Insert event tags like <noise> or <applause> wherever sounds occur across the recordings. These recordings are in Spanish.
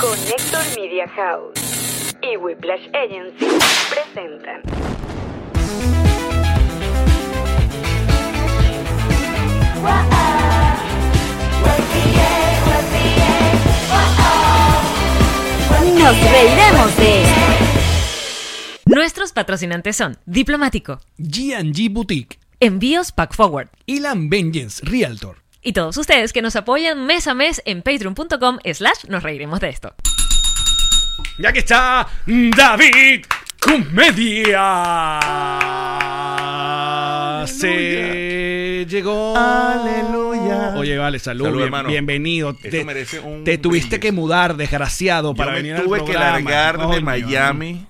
Connector Media House y Whiplash Agency presentan. Nos reiremos de esto. Nuestros patrocinantes son Diplomático, GG Boutique, Envíos Pack Forward Elan Vengeance Realtor. y todos ustedes que nos apoyan mes a mes en patreon.com slash nos reiremos de esto. Y aquí está David Comedia. Se llegó. Aleluya. Oye, vale, salud. Salud, bien- hermano. bienvenido. Esto te merece un te tuviste brindis. que mudar, desgraciado, Yo para venir me al tuve que programa. largar de Coño. Miami.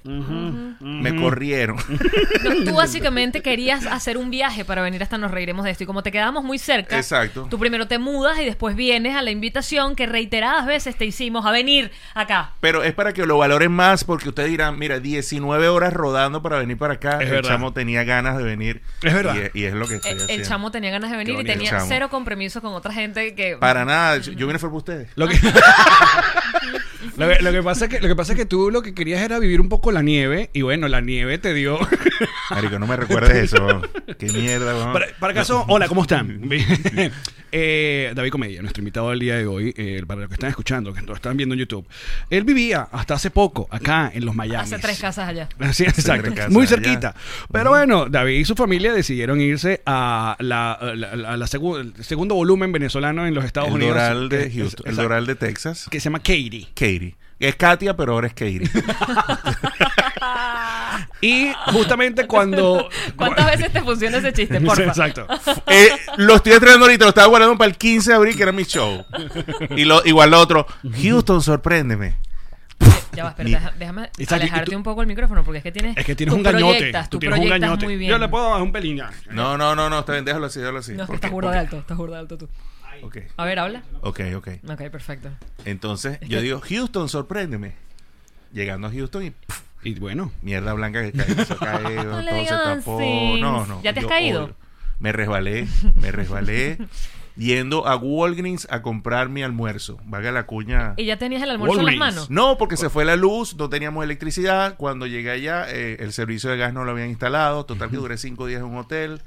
Me corrieron. <laughs> No, tú básicamente querías hacer un viaje para venir hasta nos reiremos de esto y como te quedábamos muy cerca, Exacto. tú primero te mudas y después vienes a la invitación que reiteradas veces te hicimos a venir acá. Pero es para que lo valoren más porque ustedes dirán, mira, 19 horas rodando para venir para acá. Es el verdad. chamo tenía ganas de venir. Es verdad. Y es, y es lo que estoy El, el haciendo. chamo tenía ganas de venir y bonito. tenía El chamo. cero compromiso con otra gente que... Para nada, yo yo vine fue por ustedes. Lo que, lo, que, lo que pasa es que, lo que pasa es que tú lo que querías era vivir un poco la nieve. Y bueno, la nieve te dio. <laughs> Marico, no me recuerdes eso. Qué mierda, weón. Para, para caso, hola, ¿cómo <laughs> están? Bien. <laughs> Eh, David Comedia, nuestro invitado del día de hoy, eh, para los que están escuchando, que lo están viendo en YouTube, él vivía hasta hace poco acá en los Miami. Hace tres casas <laughs> allá. <laughs> Sí, exacto, tres casas muy allá. cerquita. Pero bueno, David y su familia decidieron irse a la, a la- a la segu- el segundo volumen venezolano en los Estados el Unidos. Doral que- de Houston. El exacto, Doral de Texas. Que se llama Katie. Katie. Es Katia, pero ahora es Katie. <laughs> Y <laughs> justamente cuando. ¿Cuántas <laughs> veces te funciona ese <laughs> chiste, porfa? Exacto. Eh, lo estoy estrenando ahorita, lo estaba guardando para el 15 de abril, que era mi show. Y lo, igual lo otro, Houston, sorpréndeme. Ya va, Ni- espera, deja- déjame Exacto, y alejarte tú- un poco el micrófono porque es que tienes. Es que tienes tú un gañote. proyectas, Tú Tú, tienes un proyectas gañote. muy bien. Yo le puedo bajar un pelín ya. No, no, no, no, está bien, déjalo así, déjalo así. No, es que Porque- estás burda de alto, estás burda de alto tú. Ok, A ver, habla. ok, ok. Ok, perfecto. Entonces, yo digo, Houston, sorpréndeme. Llegando a Houston y pff, Y bueno. mierda blanca que cae, se cae, <laughs> No le todo se digas tapó. así. No, no. ¿Ya te has yo caído? odio. Me resbalé, me <laughs> resbalé. Yendo a Walgreens a comprar mi almuerzo. Vaga la cuña. ¿Y ya tenías el almuerzo en las Walgreens. manos? No, porque se fue la luz, no teníamos electricidad. Cuando llegué allá, eh, el servicio de gas no lo habían instalado. Total que duré cinco días en un hotel.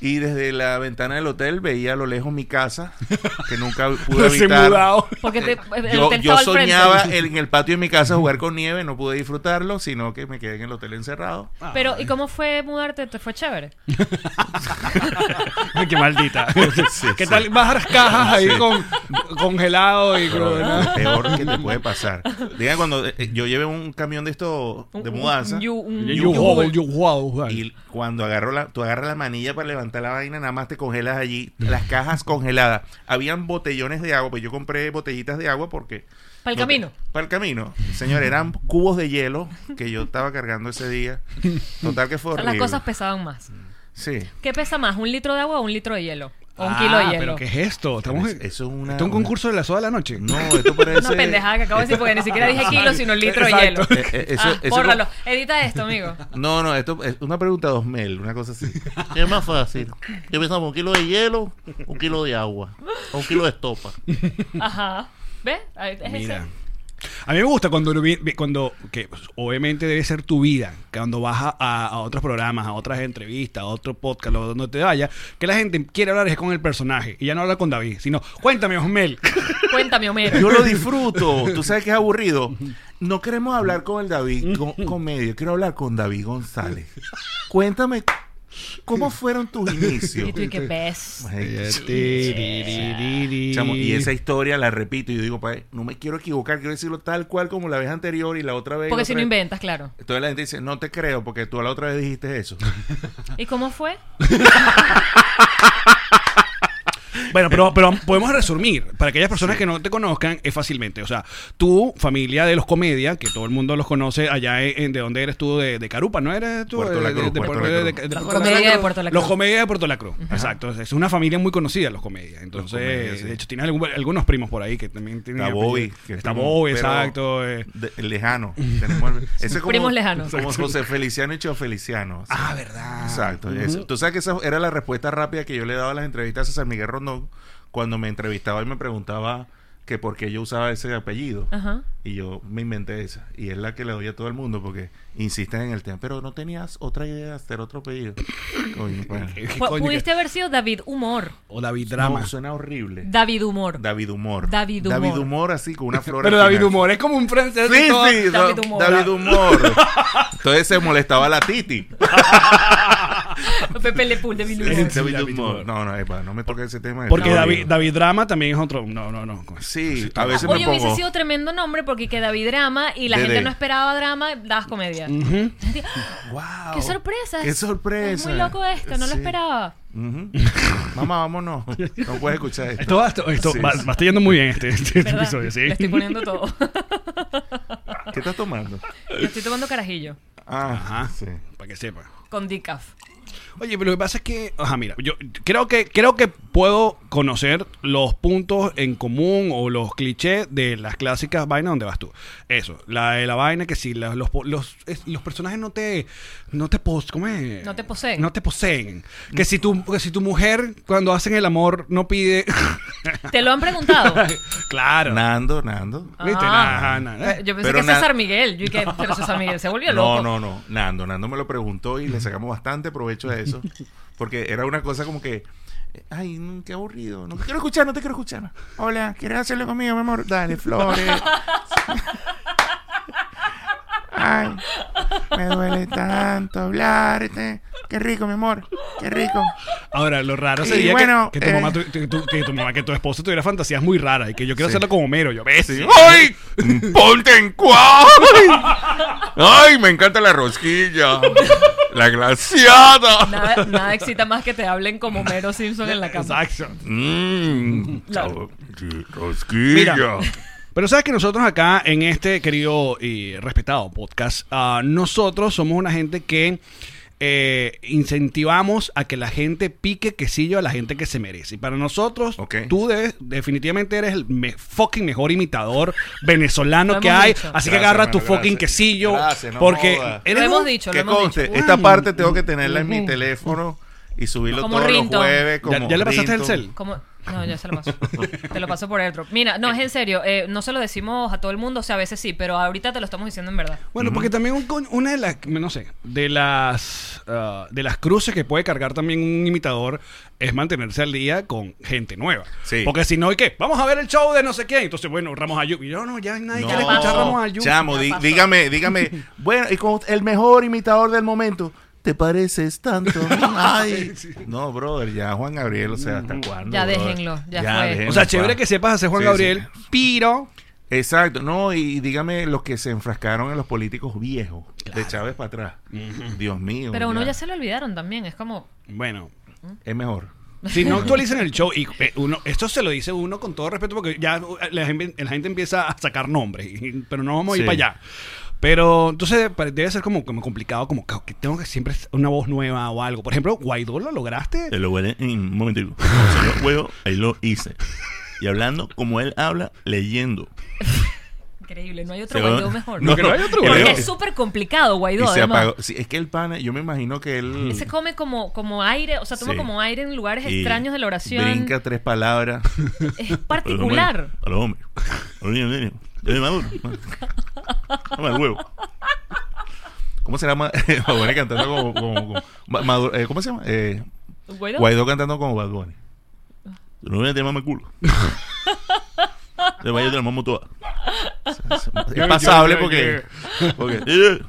Y desde la ventana del hotel veía a lo lejos mi casa, que nunca pude Se evitar. mudado. Porque te, el Yo, hotel yo estaba al frente. soñaba en el patio de mi casa jugar con nieve, no pude disfrutarlo, sino que me quedé en el hotel encerrado. Pero, ¿y cómo fue mudarte? ¿Te fue chévere? <laughs> Ay, Qué maldita. <laughs> Sí, ¿Qué sí. tal? Bajas cajas ahí Sí. con congelado y Pero eh, crudo, ¿no? lo peor que te puede pasar. Digan cuando eh, yo llevé un camión de esto de Un- un- mudanza. un yu- un Y yu- yujú, yujú, ay. Y cuando agarro la, tú agarras la manilla para levantar la vaina, nada más te congelas allí. Las cajas congeladas. Habían botellones de agua, pues yo compré botellitas de agua porque. Para el no te- camino. Para el camino. Señor, eran cubos de hielo que yo estaba cargando ese día. Total que fue O sea, horrible. las cosas pesaban más. Sí. ¿Qué pesa más, un litro de agua o un litro de hielo? O un Ah, kilo de hielo. ¿Pero qué es esto? Estamos, Eso es una- ¿Esto es un concurso de la soda de la noche? No, esto parece. Una pendejada que acabo de decir porque ni siquiera <laughs> dije kilos, sino un litro Exacto. <laughs> E- de hielo. Eh, eh, eso- ah, eso- bórralo. Edita esto, amigo. No, no, esto es una pregunta dos mil, una cosa así. <laughs> Es más fácil. Yo pensaba un kilo de hielo, un kilo de agua, o un kilo de estopa. Ajá. ¿Ves? Ah, Es Mira. ese. A mí me gusta cuando, uno vi- vi- cuando que pues, obviamente debe ser tu vida, cuando vas a, a- a otros programas, a otras entrevistas, a otro podcast, o donde te vaya, que la gente quiere hablar es con el personaje y ya no habla con David, sino cuéntame, Osmel. Cuéntame, Homero. Yo lo disfruto. Tú sabes que es aburrido. No queremos hablar con el David con, Comedio. Quiero hablar con David González. Cuéntame, ¿cómo fueron tus inicios? Y tú, ¿y qué ves? <laughs> Ay, Chamo, y esa historia la repito. y Yo digo, "Pa- no me quiero equivocar. Quiero decirlo tal cual como la vez anterior y la otra vez. y Porque la si no otra vez". inventas, claro. Entonces la gente dice, no te creo porque tú la otra vez dijiste eso. ¿Y cómo fue? Bueno, pero, pero podemos resumir. Para aquellas personas que no te conozcan, es fácilmente. O sea, tu familia de los comedia, que todo el mundo los conoce, allá en, en- de dónde eres tú, de, de Carupa, ¿no eres tú? Puerto La De- Cruz, de- de- Puerto de- La de- Cruz. de- de- Los Puerto comedia de Puerto La Cruz. Los comedia de Puerto La Cruz. Exacto. Es una familia muy conocida, los comedia. Entonces, comedia, sí. de hecho, tienes algún- algunos primos por ahí que también tienen. Está apellido. Bobby. que Está primo, Bobby, pero exacto. eh. de- lejano. Tenemos el- ese es como- Primos lejanos. Como José Feliciano y Cheo Feliciano. así. Ah, verdad. Exacto. eso. Tú sabes que esa era la respuesta rápida que yo le daba a las entrevistas a César Miguel Rondón cuando me entrevistaba y me preguntaba que porque yo usaba ese apellido. Ajá. Y yo me inventé esa. Y es la que le doy a todo el mundo porque insisten en el tema. Pero no tenías otra idea de hacer otro <laughs> apellido. Coño, bueno. ¿Qué Pu- coño que- Pudiste haber sido David Humor. O David Drama. No, suena horrible. David Humor. David Humor. David Humor. David Humor así con una <laughs> flor. Pero al David final. Humor es como un francés. Sí, y todo- sí, David no, Humor. David Humor. Entonces se molestaba <laughs> la Titi. <laughs> Pepe Lepul, David Sí, Humor. David David Humor. Humor. No, no, epa, no me toques ese tema. Porque No, David, no. David Drama también es otro. No, no, no. Sí, a veces me Oye, hubiese pongo. sido tremendo nombre porque que David Drama y la Dede. gente no esperaba drama, dabas comedia. <laughs> Ujú. ¡Wow! ¡Qué sorpresa! ¡Qué sorpresa! Es muy loco esto, no lo Sí. esperaba. <laughs> Ujú. Mamá, vámonos. No puedes escuchar esto. Esto, va- esto, esto Sí, va, sí. va está yendo muy bien este, este ¿Verdad? episodio, sí. Le estoy poniendo todo. <laughs> ¿Qué estás tomando? Le estoy tomando carajillo Ah, Ajá. sí. Para que sepa. con decaf. Oye, pero lo que pasa es que, ajá, mira, yo creo que creo que puedo conocer los puntos en común o los clichés de las clásicas vainas donde vas tú. Eso, la de la vaina que si la- los, po- los, es- los personajes no te no te pos, ¿cómo es? No te poseen. No te poseen. Que si tu que si tu mujer cuando hacen el amor no pide ¿Te lo han preguntado? <laughs> <laughs> Claro. Nando, Nando. ¿Viste? Ah. Ajá, nada. Yo pensé Pero que na- César Miguel. Yo dije, pero César Miguel se volvió No, loco. no, no. Nando, Nando me lo preguntó y le sacamos bastante provecho de eso. Porque era una cosa como que. Ay, mm, qué aburrido. No te quiero escuchar, no te quiero escuchar. Hola, ¿quieres hacerlo conmigo, mi amor? Dale, flores. <laughs> Ay, me duele tanto hablarte. Qué rico, mi amor. Qué rico. Ahora, lo raro Y sería que- bueno, que, tu eh. mamá, tu- tu- tu- que tu mamá, que tu esposo tuviera fantasías muy raras y que yo quiero Sí. hacerlo como Homero, yo ves. ¡Ay! ¡Ponte en cuau! ¡Ay! Me encanta la rosquilla. La glaciada. Nada, nada excita más que te hablen como Mero Simpson en la cama. Exacto. <laughs> Mmm. Claro. Rosquilla. Mira. Pero sabes que nosotros acá en este querido y respetado podcast, ah, nosotros somos una gente que eh, incentivamos a que la gente pique quesillo a la gente que se merece. Y para nosotros, Ok. tú debes- definitivamente eres el me- fucking mejor imitador venezolano Lo que hemos hay. dicho. Así que Gracias, agarra tu hermano, fucking gracias. quesillo. Gracias, no porque jodas. eres Lo hemos un- dicho, lo Que hemos conste, dicho. esta parte tengo que tenerla en mi teléfono y subirlo Como todos ringtone. los jueves. ¿Ya- Como ¿Ya, le pasaste el ringtone. cel? Como- No, ya se lo paso. te lo paso por airdrop. Mira, no, es en serio. eh, no se lo decimos a todo el mundo, o sea, a veces sí, pero ahorita te lo estamos diciendo en verdad. Bueno, porque también un coño- una de las, no sé, de las ah, de las cruces que puede cargar también un imitador es mantenerse al día con gente nueva. Sí. Porque si no, ¿y qué? Vamos a ver el show de no sé quién. Entonces, bueno, Ramos Ayub. Y yo, no, ya nadie quiere No, escuchar a Ramos Ayub. Chamo, di- <laughs> dígame, dígame. Bueno, y con el mejor imitador del momento. ¿Te <laughs> pareces tanto? Ay. No, brother, ya Juan Gabriel, o sea, ¿hasta cuándo? Ya brother? déjenlo, ya fue. O sea, chévere que sepas hacer Juan Sí, Gabriel, pero... Exacto, no, y dígame los que se enfrascaron en los políticos viejos, de Chávez para atrás. Dios mío. Pero uno ya se lo olvidaron también. Es como. Bueno, Es mejor. si <laughs> no actualizan el show, y eh, uno, esto se lo dice uno con todo respeto, porque ya uh, la gente, la gente empieza a sacar nombres, y- pero no vamos a ir Sí. para allá. Pero entonces pare- debe ser como, como complicado, como ca- que tengo que siempre es una voz nueva o algo. Por ejemplo, Guaidó lo lograste. Te lo huele en un <laughs> momentico. Como salió huevo, ahí lo hice. Y hablando como él habla, leyendo. Increíble, no hay otro Se va- Guaidó mejor. que no hay otro creo- <laughs> Porque Guaidó. es súper complicado, Y Guaidó. se además. apagó. Sí, es que el pana, yo me imagino que él Ese come como, como aire, o sea, toma Sí. como aire en lugares Y extraños de la oración. brinca tres palabras. <laughs> Es particular. A los hombres. A los niños, niños. Ya de maduro. Toma el huevo. ¿Cómo se llama? <laughs> Maduro cantando como, como- como- Ma- Maduro- eh, ¿Cómo se llama? Eh, Guaidó. Guaidó cantando como Bad Bunny. Ah. Te lo voy a tener mamá <laughs> el culo. Te vaya a la mamá <laughs> toda. Es pasable yo- yo- porque, <laughs> <laughs> porque Eh,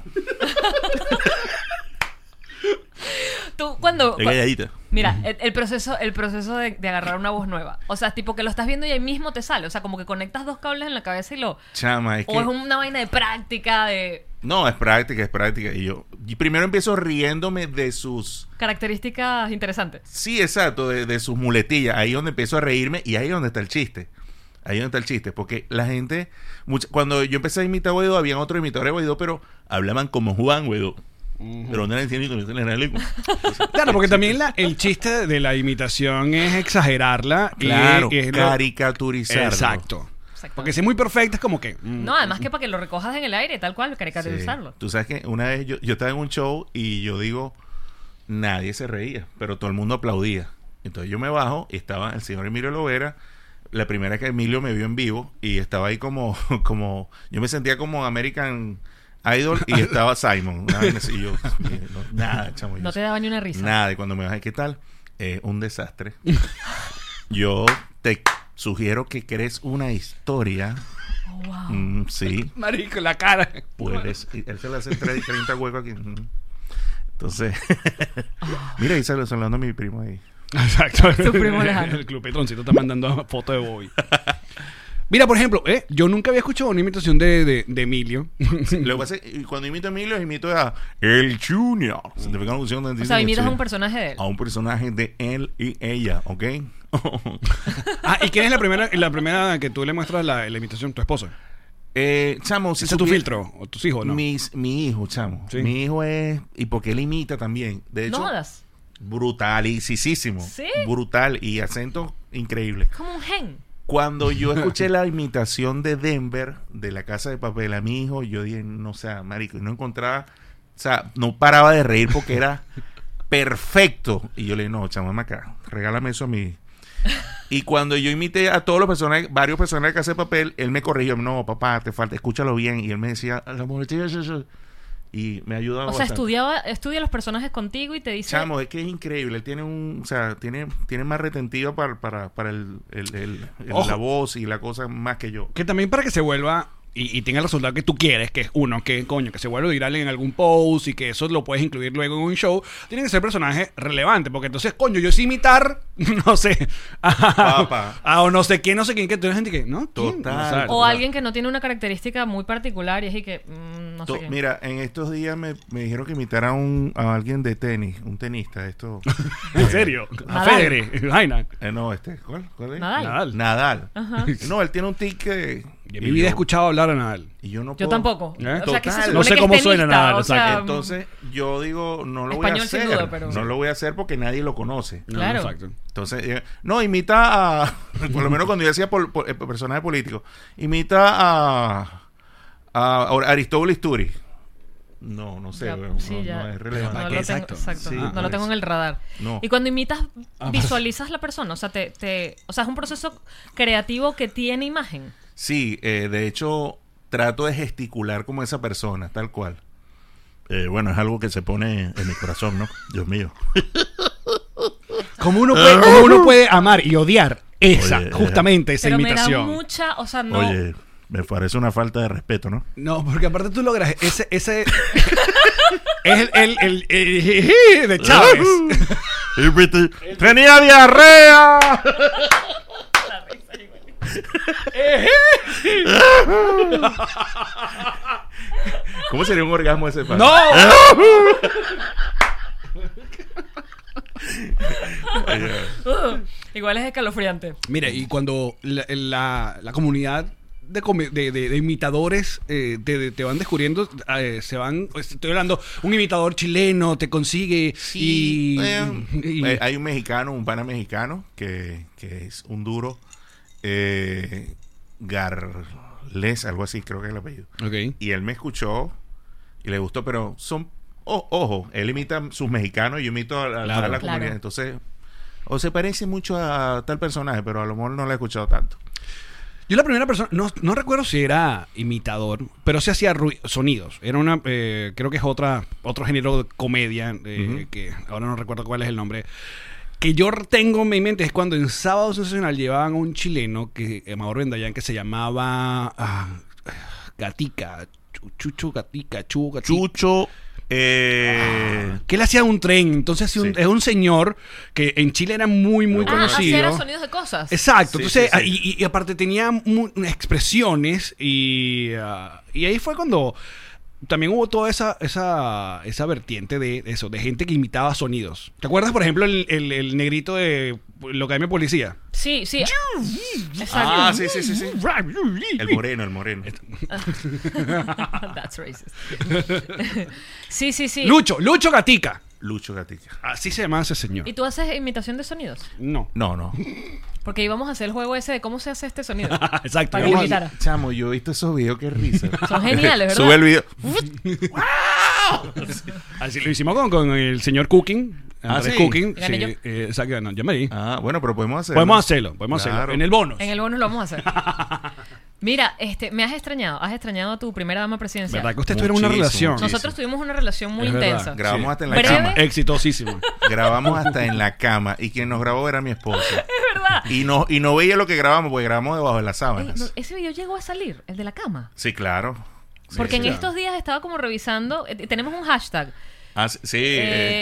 Tú, cuando. eh, cua- calladita. Mira, el, el proceso, el proceso de, de agarrar una voz nueva. O sea, es tipo que lo estás viendo y ahí mismo te sale. O sea, como que conectas dos cables en la cabeza y lo. chama, es que O es una vaina de práctica, de no, es práctica, es práctica y yo y primero empiezo riéndome de sus características interesantes. Sí, exacto, de, de sus muletillas. Ahí es donde empiezo a reírme y ahí es donde está el chiste. Ahí es donde está el chiste. Porque la gente, mucha- cuando yo empecé a imitar a Guaidó, habían otros imitadores de Guaidó, pero Hablaban como Juan, huevo. Pero no era el cienito, no era el elenco. <laughs> Claro, <laughs> porque también la- el chiste de la imitación es exagerarla. y- claro, y, es lo- caricaturizarlo. Exacto. Exactamente. Porque si es muy perfecta, es como que... mm, No, además que para que lo recojas en el aire, tal cual, caricaturizarlo. Sí. Tú sabes que una vez yo, yo estaba en un show y yo digo, nadie se reía, pero todo el mundo aplaudía. Entonces yo me bajo y estaba el señor Emilio Lovera, la primera que Emilio me vio en vivo y estaba ahí como, <laughs> como yo me sentía como American Idol y estaba Simon. una vaina así, y yo, mire, no, nada, chamo. yo No te daba ni una risa. Nada, y cuando me vas ¿qué tal? Eh, <laughs> un desastre. Yo te sugiero que crees una historia. Oh, wow. Mm, sí, Marico, la cara. puedes. Y Él se le hace entre 30 huecos aquí. Mm. Entonces, mira, ahí salió hablando a mi primo ahí. Exacto. <laughs> Su primo lejano. El club Petroncito está mandando fotos de Bobby. Mira, por ejemplo, eh, yo nunca había escuchado una imitación de, de- de Emilio. <laughs> Lo que pasa es que cuando imito a Emilio, imito a El Junior. Se te pega una función donde O dicen sea, el imitas a un Junior. personaje de él. a un personaje de él y ella, ¿ok? ah, ¿y quién es la primera, la primera que tú le muestras la, la imitación? ¿Tu esposa? eh, chamo, si ¿Ese es tu supiera- filtro? ¿O tus hijos, no? Mis- mi hijo, chamo. Sí. Mi hijo es. Y porque él imita también. De hecho, No jodas. brutalisísimo. ¿Sí? Brutal y acento increíble. Es como un gen. Ah, Cuando yo escuché la imitación de Denver de la casa de papel a mi hijo, yo dije, no, o sea, marico, y no encontraba, o sea, no paraba de reír porque era perfecto. Y yo le dije, no, chamama acá, regálame eso a mí. Y cuando yo imité a todos los personajes, varios personajes de la casa de papel, él me corrigió, no, papá, te falta, escúchalo bien. Y él me decía, la mujer, y me ayudaba. O sea, bastante. estudiaba, estudia los personajes contigo y te dice. Chamo, es que es increíble. Él tiene un, o sea, tiene, tiene más retentiva para, para, para el, el- el- el- Ojo. la voz y la cosa más que yo. Que también para que se vuelva y, y tenga el resultado que tú quieres, que es uno, que coño, que se vuelva viral en algún post y que eso lo puedes incluir luego en un show, tiene que ser personaje relevante, porque entonces, coño, yo sé imitar, <laughs> no sé, a, Papa. a- o no sé quién, no sé quién, que tú eres gente que, ¿no? ¿quién? Total. O alguien que no tiene una característica muy particular y es y que. mm, no sé. To- qué. Mira, en estos días me, me dijeron que imitara a, un, a alguien de tenis, un tenista, <laughs> esto. <laughs> ¿En serio? A Nadal. Federer, <laughs> vaina. Eh, no, este, ¿cuál? ¿Cuál es? Nadal. Nadal. Nadal. Ajá. <laughs> No, él tiene un tic que... Yo en mi vida he yo- escuchado hablar a Nadal. Y yo no Yo puedo- tampoco. ¿Eh? O sea, que se Total. supone No sé que es cómo suena tenista, nada, o sea, exacto. Entonces, yo digo, no lo voy a Español sin hacer. duda, pero- No lo voy a hacer porque nadie lo conoce. No, Claro. <laughs> Exacto. Entonces, eh, no, imita a, <laughs> por lo menos cuando yo decía pol- pol- eh, personaje político, imita a, a, Or- Aristóbulo Isturi. No, no sé, ya, weón, sí, no, ya. no es No relevante. lo tengo, Exacto. exacto, Sí, no pues. lo tengo en el radar. No. Ah, pues. Y cuando imitas, visualizas la persona. O sea, te, te- o sea, es un proceso creativo que tiene imagen. Sí, eh, de hecho, trato de gesticular como esa persona, tal cual. Eh, bueno, es algo que se pone en mi corazón, ¿no? Dios mío. Como uno puede, cómo uno puede amar y odiar esa, Oye, justamente esa Pero imitación. me da mucha, o sea, <laughs> no. Oye, Me parece una falta de respeto, ¿no? No, porque aparte tú logras ese. <laughs> ese es el, el, el- el- de Chávez. <laughs> ¡Tenía <laughs> diarrea! ¿Cómo sería un orgasmo ese pan? ¡No! Uh, igual es escalofriante. <laughs> Mira, y cuando la, la- la comunidad de, come- de- de- de imitadores eh, te, de- te van descubriendo, eh, se van. pues, Estoy hablando, un imitador chileno te consigue Sí, y. eh, y- eh, hay un mexicano, un pana mexicano, que, que es un duro. Eh, Garles, algo así, creo que es el apellido. ok. Y él me escuchó y le gustó, pero son. o- ojo, él imita sus mexicanos y yo imito a, la- a Claro. la comunidad. Claro. Entonces, o se parece mucho a tal personaje, pero a lo mejor no lo he escuchado tanto. Yo la primera persona, no, no recuerdo si era imitador, pero sí hacía ru- sonidos. Era una, eh, creo que es otra, otro género de comedia, eh, que ahora no recuerdo cuál es el nombre. Que yo tengo en mi mente es cuando en Sábado Sensacional llevaban a un chileno, que Amador Vendayán, que se llamaba ah, Gatica, Chu- Chucho Gatica, Chu Gatica. Chucho. Eh, que él hacía un tren, entonces hacía un- Sí. es un señor que en Chile era muy, muy Ah, conocido. hacer sonidos de cosas. Exacto, Sí, entonces, sí, sí. ah, Y, y aparte tenía mu- expresiones y, ah, y ahí fue cuando también hubo toda esa, esa, esa vertiente de eso, de gente que imitaba sonidos. ¿Te acuerdas, por ejemplo, el, el- el negrito de lo que hay en Policía? Sí, sí. Exacto. <laughs> ah, sí, sí, sí, sí. El moreno, el moreno. That's racist. <laughs> sí, sí, sí. Lucho, Lucho Gatica. Lucho Gatica. Así se llama ese señor. ¿Y tú haces imitación de sonidos? No. <laughs> No, no. Porque íbamos a hacer el juego ese de cómo se hace este sonido. Exacto. Para que Vamos a- imitara. Chamo, yo he visto esos videos, qué risa. Son geniales, ¿verdad? Sube el video. Así lo hicimos con, con el señor Cooking. Ah, Andrés ¿sí? Cooking. ¿Gané sí, yo? eh, exacto, ganó. Yo me di. Ah, bueno, pero podemos hacerlo. podemos hacerlo, podemos hacerlo. Claro. En el bonus. En el bonus lo vamos a hacer. Mira, este, me has extrañado, has extrañado a tu primera dama presidencial. ¿Verdad que ustedes tuvieron una Muchísimo. relación? Nosotros tuvimos una relación muy Es verdad. intensa. Gra- Grabamos Sí. hasta en la Breve. cama. <laughs> Exitosísimo. Grabamos hasta en la cama. Y quien nos grabó era mi esposa. <laughs> Es verdad. Y no, y no veía lo que grabamos, porque grabamos debajo de las Ey, no, sábanas. ese video llegó a salir, el de la cama. Sí, claro. Sí, Porque sí, en claro. estos días estaba como revisando, eh, tenemos un hashtag, Ah, sí, sí, eh,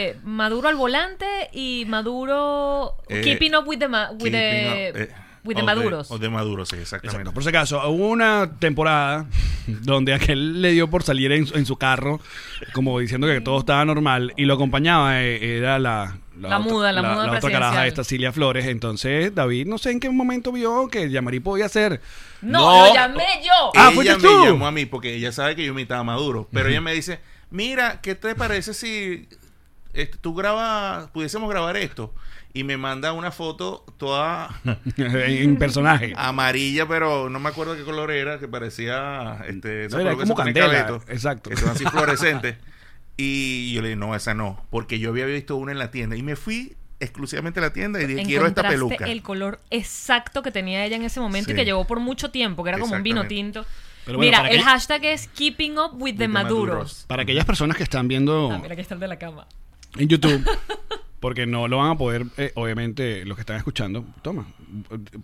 eh, Maduro al volante y Maduro Eh, keeping up with the, ma- with the- Keeping up, eh, with the o de- maduros. O de maduros, sí, exactamente. Exacto. Por si acaso, hubo una temporada donde aquel le dio por salir en, su- en su carro, como diciendo que todo estaba normal, y lo acompañaba, eh, era la... La muda, la muda otra presidencial. caraja esta, Cilia Flores. Entonces, David, no sé en qué momento vio que Yamari podía ser. No, No. lo llamé yo. Ah, ella ¿fuiste me tú? llamó a mí porque ella sabe que yo imitaba a Maduro. Pero ella me dice, mira, ¿qué te parece si este, tú grabas, pudiésemos grabar esto? Y me manda una foto toda <laughs> en personaje. Ah. amarilla, pero no me acuerdo qué color era, que parecía... Este, esa No, era color que se como pone en candela, cabeto, exacto. Que <laughs> son así fluorescentes. Y yo le dije, no, esa no. Porque yo había visto una en la tienda. Y me fui exclusivamente a la tienda y dije, quiero esta Encontraste peluca. el color exacto que tenía ella en ese momento y Sí. que llevó por mucho tiempo, que era como un vino Exactamente. tinto. Pero bueno, Mira, para el que- hashtag es Keeping Up with the the Maduros. Para aquellas personas que están viendo Ah, mira, aquí está el de la cama. en YouTube, <laughs> porque no lo van a poder, eh, obviamente, los que están escuchando, toma,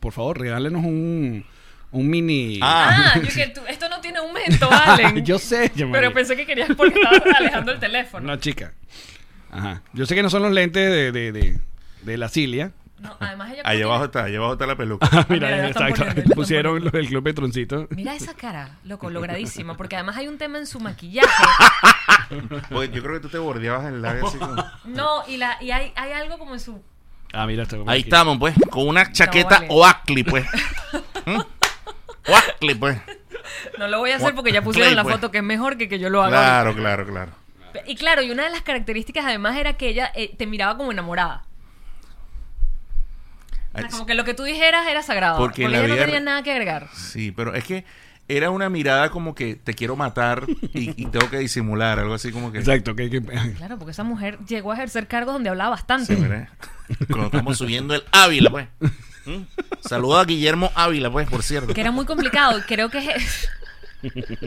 por favor, regálenos un, un mini... Ah, Ah, yo que tú- esto no tiene un mento, Allen. <laughs> Yo sé, Yamari. Pero pensé que querías porque estabas alejando el teléfono. Una chica. Ajá. Yo sé que no son los lentes de, de, de, de la cilia. No, además ella allá como abajo tiene- está, allá abajo está <laughs> la peluca. Ah, Mira, mira, ya están exacto. poniendo, ya están Pusieron poniendo. los del club Petroncito. Mira esa cara, loco, logradísima, porque además hay un tema en su maquillaje. Oye, yo creo que tú te bordeabas en el labio así como... No, y, la, y hay, hay algo como en su... Ah, mira, está como Ahí aquí. estamos, pues, con una chaqueta vale. <laughs> Oakley, pues. ¿Mm? Oakley, pues. No lo voy a hacer porque ya pusieron Play, la pues. foto que es mejor que que yo lo haga. Claro, claro, claro. Y claro, y una de las características además era que ella eh, te miraba como enamorada. O sea, Ay, como que lo que tú dijeras era sagrado. Porque, Porque en la ella no vida tenía re- nada que agregar. Sí, pero es que era una mirada como que te quiero matar y, y tengo que disimular, algo así como que... Exacto. Que, <laughs> que- Claro, porque esa mujer llegó a ejercer cargos donde hablaba Sí, bastante. mira, Cuando estamos subiendo el Ávila, pues. ¿Mm? Saludo a Guillermo Ávila, pues, por cierto. que era muy complicado. y Creo que es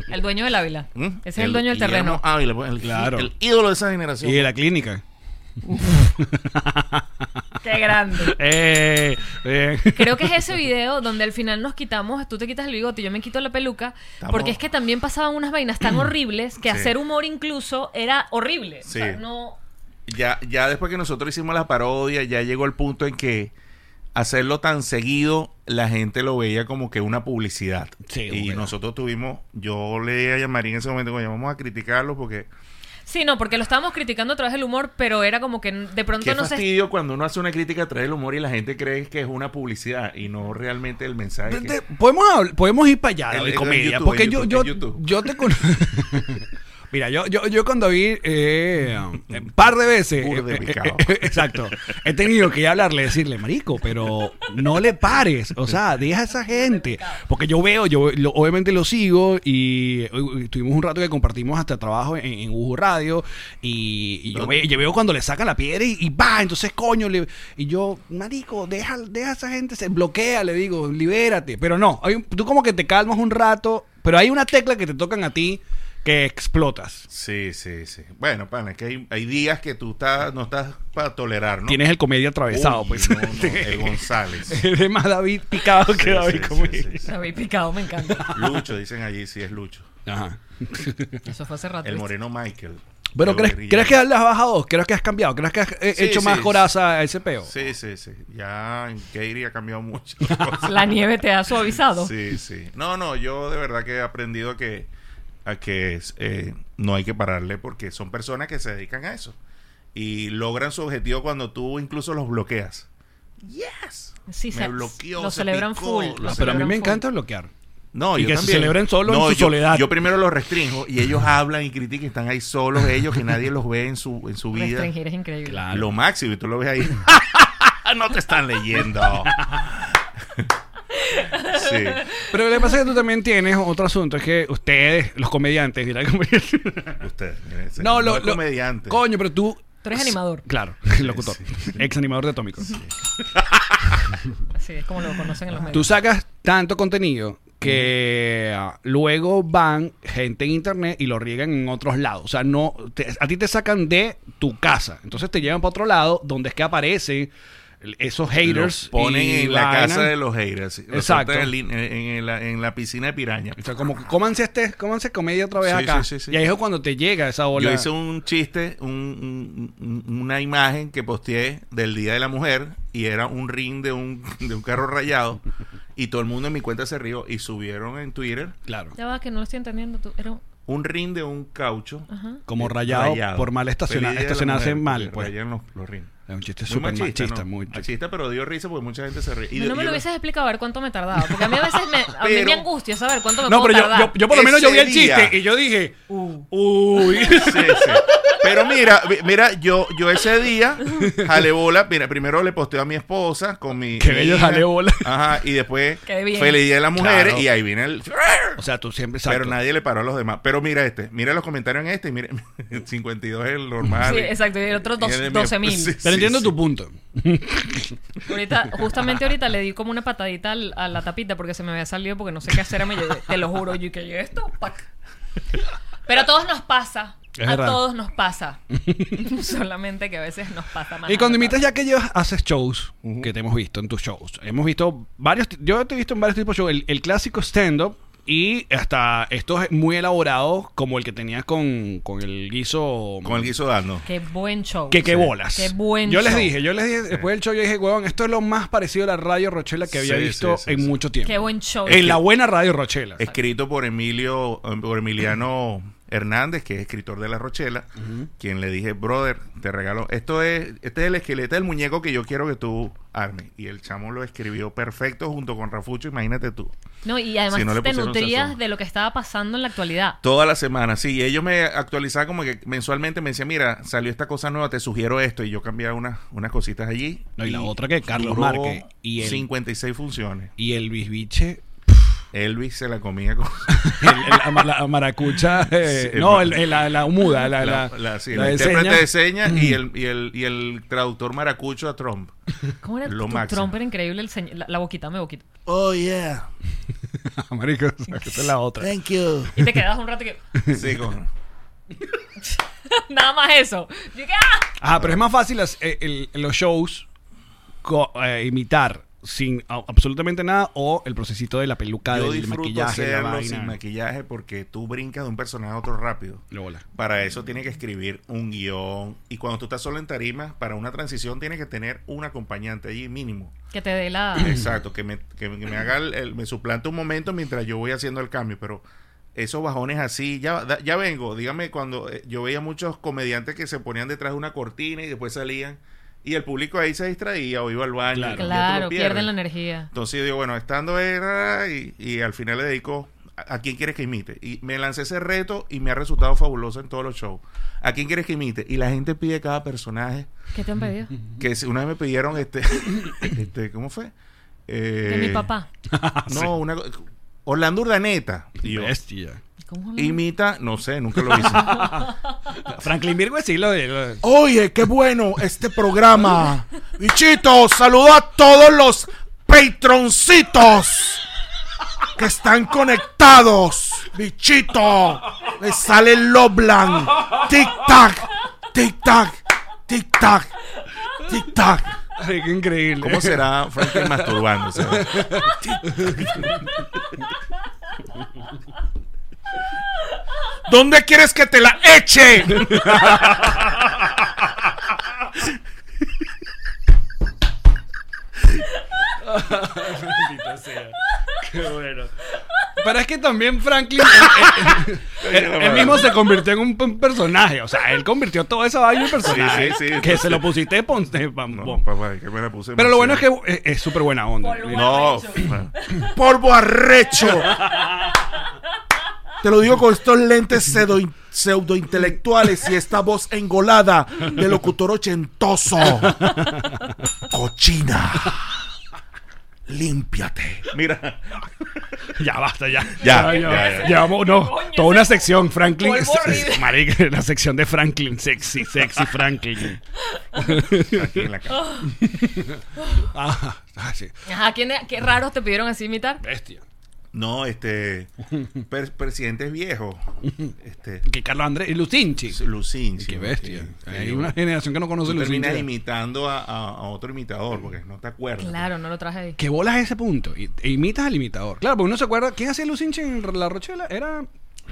el dueño del Ávila. ¿Mm? Ese es el dueño del terreno. Guillermo Ávila, pues, el, Claro. el ídolo de esa generación. y de la clínica. Qué grande. <laughs> Eh, eh. Creo que es ese video donde al final nos quitamos, tú te quitas el bigote y yo me quito la peluca, Estamos- porque es que también pasaban unas vainas <clears throat> tan horribles que Sí. hacer humor incluso era horrible. O sea, Sí. no, Ya, ya después que nosotros hicimos la parodia, ya llegó el punto en que hacerlo tan seguido, la gente lo veía como que una publicidad. Sí, y bueno. nosotros tuvimos, yo le dije a Yamarín en ese momento, coño, vamos a criticarlo porque Sí, no, porque lo estábamos criticando a través del humor, pero era como que de pronto qué no <laughs> sé. fastidio cuando uno hace una crítica trae el humor y la gente cree que es una publicidad y no realmente el mensaje. que- Te- podemos, habl- podemos ir para allá, En- David en Comedia. YouTube, porque en yo, YouTube, yo, en YouTube. yo te con- <laughs> Mira, yo, yo, yo con <laughs> David, eh, un par de veces. eh, Burda de eh, picado. eh, <laughs> exacto. He tenido que hablarle, decirle, Marico, pero no le pares. O sea, deja a esa gente. Porque yo veo, yo lo- obviamente lo sigo y eh, tuvimos un rato que compartimos hasta trabajo en, en Uju Radio. Y, y yo, ve- yo veo cuando le sacan la piedra y, y va, entonces coño. le- y yo, Marico, deja, deja a esa gente, se bloquea, le digo, libérate. Pero no, hay un- tú como que te calmas un rato, pero hay una tecla que te tocan a ti que explotas. Sí, sí, sí. Bueno, pana, es que hay, hay días que tú estás, no estás para tolerar, ¿no? Tienes el comedia atravesado, Uy, pues. no, no, <laughs> el González. Es más David picado que Sí, David sí, sí, Comedia. sí, sí. David Picado, me <laughs> encanta. Lucho, dicen allí, sí es Lucho. Ajá. Eso fue hace rato. El ¿viste? moreno Michael. Bueno, El ¿crees, guerrillero. ¿crees que has bajado? ¿Crees que has cambiado? ¿Crees que has eh, Sí, hecho sí, más sí. coraza a ese peo? Sí, sí, sí. Ya en Katie ha <laughs> cambiado mucho. La nieve te ha suavizado. sí, sí. No, no, yo de verdad que he aprendido a que, a que eh, no hay que pararle porque son personas que se dedican a eso. Y logran su objetivo cuando tú incluso los bloqueas. Yes. Sí, Me se- bloqueó. Lo se celebran picó, full. lo lo Ah, pero a celebran mí me full. encanta bloquear. No, Y yo que se también. celebren solo en su yo, soledad. Yo primero los restringo y ellos hablan y critican, están ahí solos ellos, que nadie los ve en su, en su vida. Restringir es increíble. Lo máximo, y tú lo ves ahí. <laughs> no te están leyendo. <laughs> sí. Pero lo que pasa es que tú también tienes otro asunto, es que ustedes, los comediantes, dirá que- Usted, mire, ese- No, lo, es lo- comediante. Coño, pero tú Tú eres animador. Claro, <laughs> locutor. Ex animador de Atómicos. Así es como lo conocen en los medios. Tú sacas tanto contenido que ah, luego van gente en internet y lo riegan en otros lados. O sea, no te- a ti te sacan de tu casa. Entonces te llevan para otro lado donde es que aparecen esos haters. Los ponen y en la vainas. casa de los haters. Los Exacto. sueltan En, la- en la, en la piscina de piraña. O sea, como que cómanse este, cómanse comedia otra vez Sí, acá. sí, sí, sí. Y ahí es cuando te llega esa ola. Yo hice un chiste, un- un- un- una imagen que posteé del Día de la Mujer y era un ring de un, de un carro rayado y todo el mundo en mi cuenta se rió y subieron en Twitter Claro. Ya va, que no lo estoy entendiendo. Tú, era un- un ring de un caucho Ajá. Como rayado, por mal estaciona- Eh, Feliz Día de la estacionarse Mujer, mal. porque Pues. rayan los, los rings. Es un chiste Muy súper machista, ¿no? muy machista, pero dio risa porque mucha gente se ríe. Y no me yo- lo hubieses explicado a ver cuánto me tardaba. Porque a mí a veces me, a mí Pero- me angustia saber cuánto me No, puedo pero yo, tardar. yo, yo por lo menos yo vi el Ese día. chiste y yo dije, Uh. uy. Sí, sí. Pero mira, mi- mira, yo, yo ese día jale bola. Mira, primero le posteo a mi esposa con mi. Qué mi bello hija. jale bola. Ajá, y después Qué bien. Feliz Día de las Mujeres Claro. y ahí viene el. o sea, tú siempre Pero exacto. nadie le paró a los demás. Pero mira este, mira los comentarios en este y mira, <laughs> 52 es el normal. Sí, exacto, y el otro dos- Y el de mi- 12.000. Pero entiendo sí. tu punto. Ahorita, justamente ahorita le di como una patadita al- a la tapita porque se me había salido porque no sé qué hacer. me llevé- te lo juro, yo y que yo esto, pac. Pero a todos nos pasa. Es a verdad. todos nos pasa. <laughs> Solamente que a veces nos pasa más. Y cuando imitas imitas ya que llevas, haces shows que te hemos visto en tus shows. Hemos visto varios, ti- yo te he visto en varios tipos de shows. El, el clásico stand-up y hasta estos muy elaborados como el que tenías con, con el guiso. Con el guiso dando. Qué buen show. Que qué bolas. Qué buen yo les show. dije, yo les dije, después del show, yo dije, weón, esto es lo más parecido a la radio Rochela que había Sí, visto sí, sí, en sí. mucho tiempo. Qué buen show. En la buena radio Rochela. Escrito por Emilio, eh, por Emiliano Hernández, que es escritor de La Rochela, quien le dije, brother, te regalo, esto es, este es el esqueleto del muñeco que yo quiero que tú armes. Y el chamo lo escribió perfecto junto con Rafucho, imagínate tú. No, y además Si no le te pusieron nutrías sazón. de lo que estaba pasando en la actualidad. Toda la semana, sí, y ellos me actualizaban como que mensualmente me decían, mira, salió esta cosa nueva, te sugiero esto, y yo cambiaba unas, unas cositas allí. No, y la otra que Carlos duró Márquez y el- 56 funciones. Y el bisbiche Elvis se la comía <laughs> con... El- el- la, la- la maracucha. eh, Sí, no, ma- el- el- la, la humuda, la, la, la, la- sí, la el de Mm. intérprete señas. <laughs> de señas y el, y, el, y el traductor maracucho <laughs> a Trump. ¿Cómo era Lo tu máximo. Trump? Era increíble el señ- la, la boquita, me boquita. Oh, yeah. Ah, Marico, o sea, que esa es la otra. Thank you. Y te quedabas un rato y que. <laughs> Sí, con- Nada más eso. Yo que, ¡ah! Ajá, pero es más fácil las- eh, el- los shows co- eh, imitar sin a- absolutamente nada o el procesito de la peluca, yo del disfruto maquillaje, la hacerlo vaina. sin maquillaje porque tú brincas de un personaje a otro rápido. La bola. Para eso tienes que escribir un guión. Y cuando tú estás solo en tarima, para una transición tienes que tener un acompañante allí mínimo. Que te dé la. Exacto, que me, que me- que me haga el, el- me suplante un momento mientras yo voy haciendo el cambio, pero esos bajones así, ya, da- ya vengo, dígame cuando eh, yo veía muchos comediantes que se ponían detrás de una cortina y después salían y el público ahí se distraía o iba al baño. Claro. ya tú lo Claro, pierdes. pierden la energía. Entonces yo digo, bueno, estando era y, y al final le dedico a, a quién quieres que imite. Y me lancé ese reto y me ha resultado fabuloso en todos los shows. ¿A quién quieres que imite? Y la gente pide cada personaje ¿Qué te han pedido? que si- una vez me pidieron este, <coughs> este ¿cómo fue? Eh, De mi papá. Ah, No, una co- Orlando Urdaneta. Y yo, Bestia. ¿Cómo lo- imita, no sé, nunca lo <laughs> hice. Franklin Virgo sí lo de. lo- Oye, qué bueno este programa. Bichitos, saludo a todos los patroncitos que están conectados. Bichito, me sale Loblan. Tic tac, tic tac, tic tac, tic tac. Ay, qué increíble. ¿Cómo será Franklin masturbándose? <laughs> ¿Dónde quieres que te la eche? Pero es que también Franklin. él- <laughs> él- él- él mismo se convirtió en un, un personaje. O sea, él convirtió toda esa vaina en un personaje. Sí, sí, sí. que se lo pusiste pon- eh, pam- No, pom. papá, que me la puse. Pero lo bueno es que demasiado. eh, es súper buena onda. Por lo- No, <laughs> <laughs> polvo arrecho. Te lo digo con estos lentes pseudo, pseudointelectuales y esta voz engolada de locutor ochentoso. Cochina. Límpiate. mira, Ya basta, ya. Ya, Ya, ya, ya, ya. ya, vamos, no. que Toda una se- sección, Franklin. Polvo horrible. Marica, la sección de Franklin. Sexy, sexy Franklin. Aquí en la Oh. cama. Ah, ah, sí. Ajá, ¿quién de- ¿qué raros te pidieron así imitar? Bestia. No, este. per- presidentes viejos. Este. Que Carlos Andrés y Lucinchi. Lucín. sí, Qué bestia. que- que Hay yo- una generación que no tú conoce Lucinchi. terminas imitando a, a- a otro imitador porque no te acuerdas. Claro, no lo traje ahí. ¿Qué bolas es ese punto? Y- E imitas al imitador. Claro, porque uno se acuerda. ¿Quién hacía Lucinchi en La Rochela? Era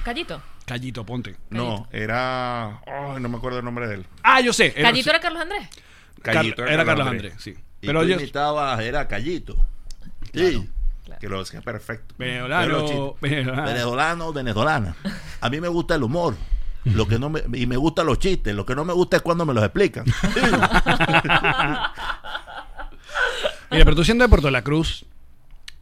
Callito. Callito Ponte. No, era. ay, no me acuerdo el nombre de él. Ah, yo sé. Era- Callito era Carlos Andrés. Car- era Carlos Andrés, sí. Y Pero tú ellos- imitabas, era Callito. Sí. Que lo decía perfecto. Pero los Venezolano. chistes. venezolano. Venezolano, venezolana. A mí me gusta el humor. Lo que no me, y me gustan los chistes. Lo que no me gusta es cuando me los explican. Mira, pero tú siendo de Puerto La Cruz,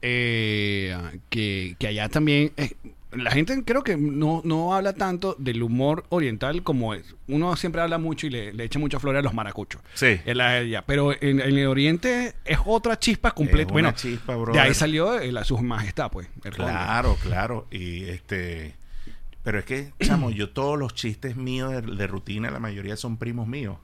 eh, que, que allá también. eh, la gente creo que no, no habla tanto del humor oriental como es. Uno siempre habla mucho y le, le echa mucha flores a los maracuchos. Sí. En la- ya, pero en, en el oriente es otra chispa completa. una Bueno, chispa, de ahí brother. salió eh, la su majestad, pues. el conde. Claro, claro. Y este. Pero es que, chamo, yo todos los chistes míos de, de rutina, la mayoría son primos <laughs> míos.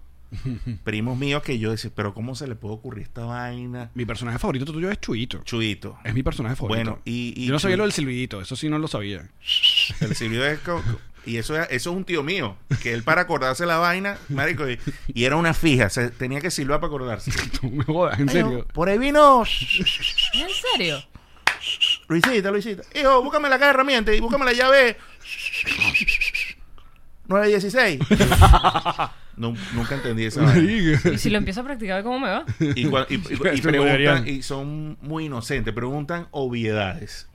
Primos míos que yo decía, pero ¿cómo se le puede ocurrir esta vaina? Mi personaje favorito tuyo es Chuyito. Chuito. Es mi personaje favorito. Bueno, y- y Yo no sabía Chuy- lo del silbidito, eso sí no lo sabía. <laughs> El Silvio es co- co- y eso, es- eso es un tío mío, que él para acordarse la vaina, marico, y, y era una fija, se, tenía que silbar para acordarse. No me jodas, en serio. Hijo, Por ahí vino ¿En serio? Luisita, Luisita. Hijo, búscame la caja de herramientas y búscame la llave <laughs> 916. Nu- nunca entendí esa vaina. <laughs> Marica. Y si lo empiezo a practicar, ¿cómo me va? <laughs> Y, cua- y- y- <laughs> y Eso me preguntan, deberían. y son muy inocentes, preguntan obviedades.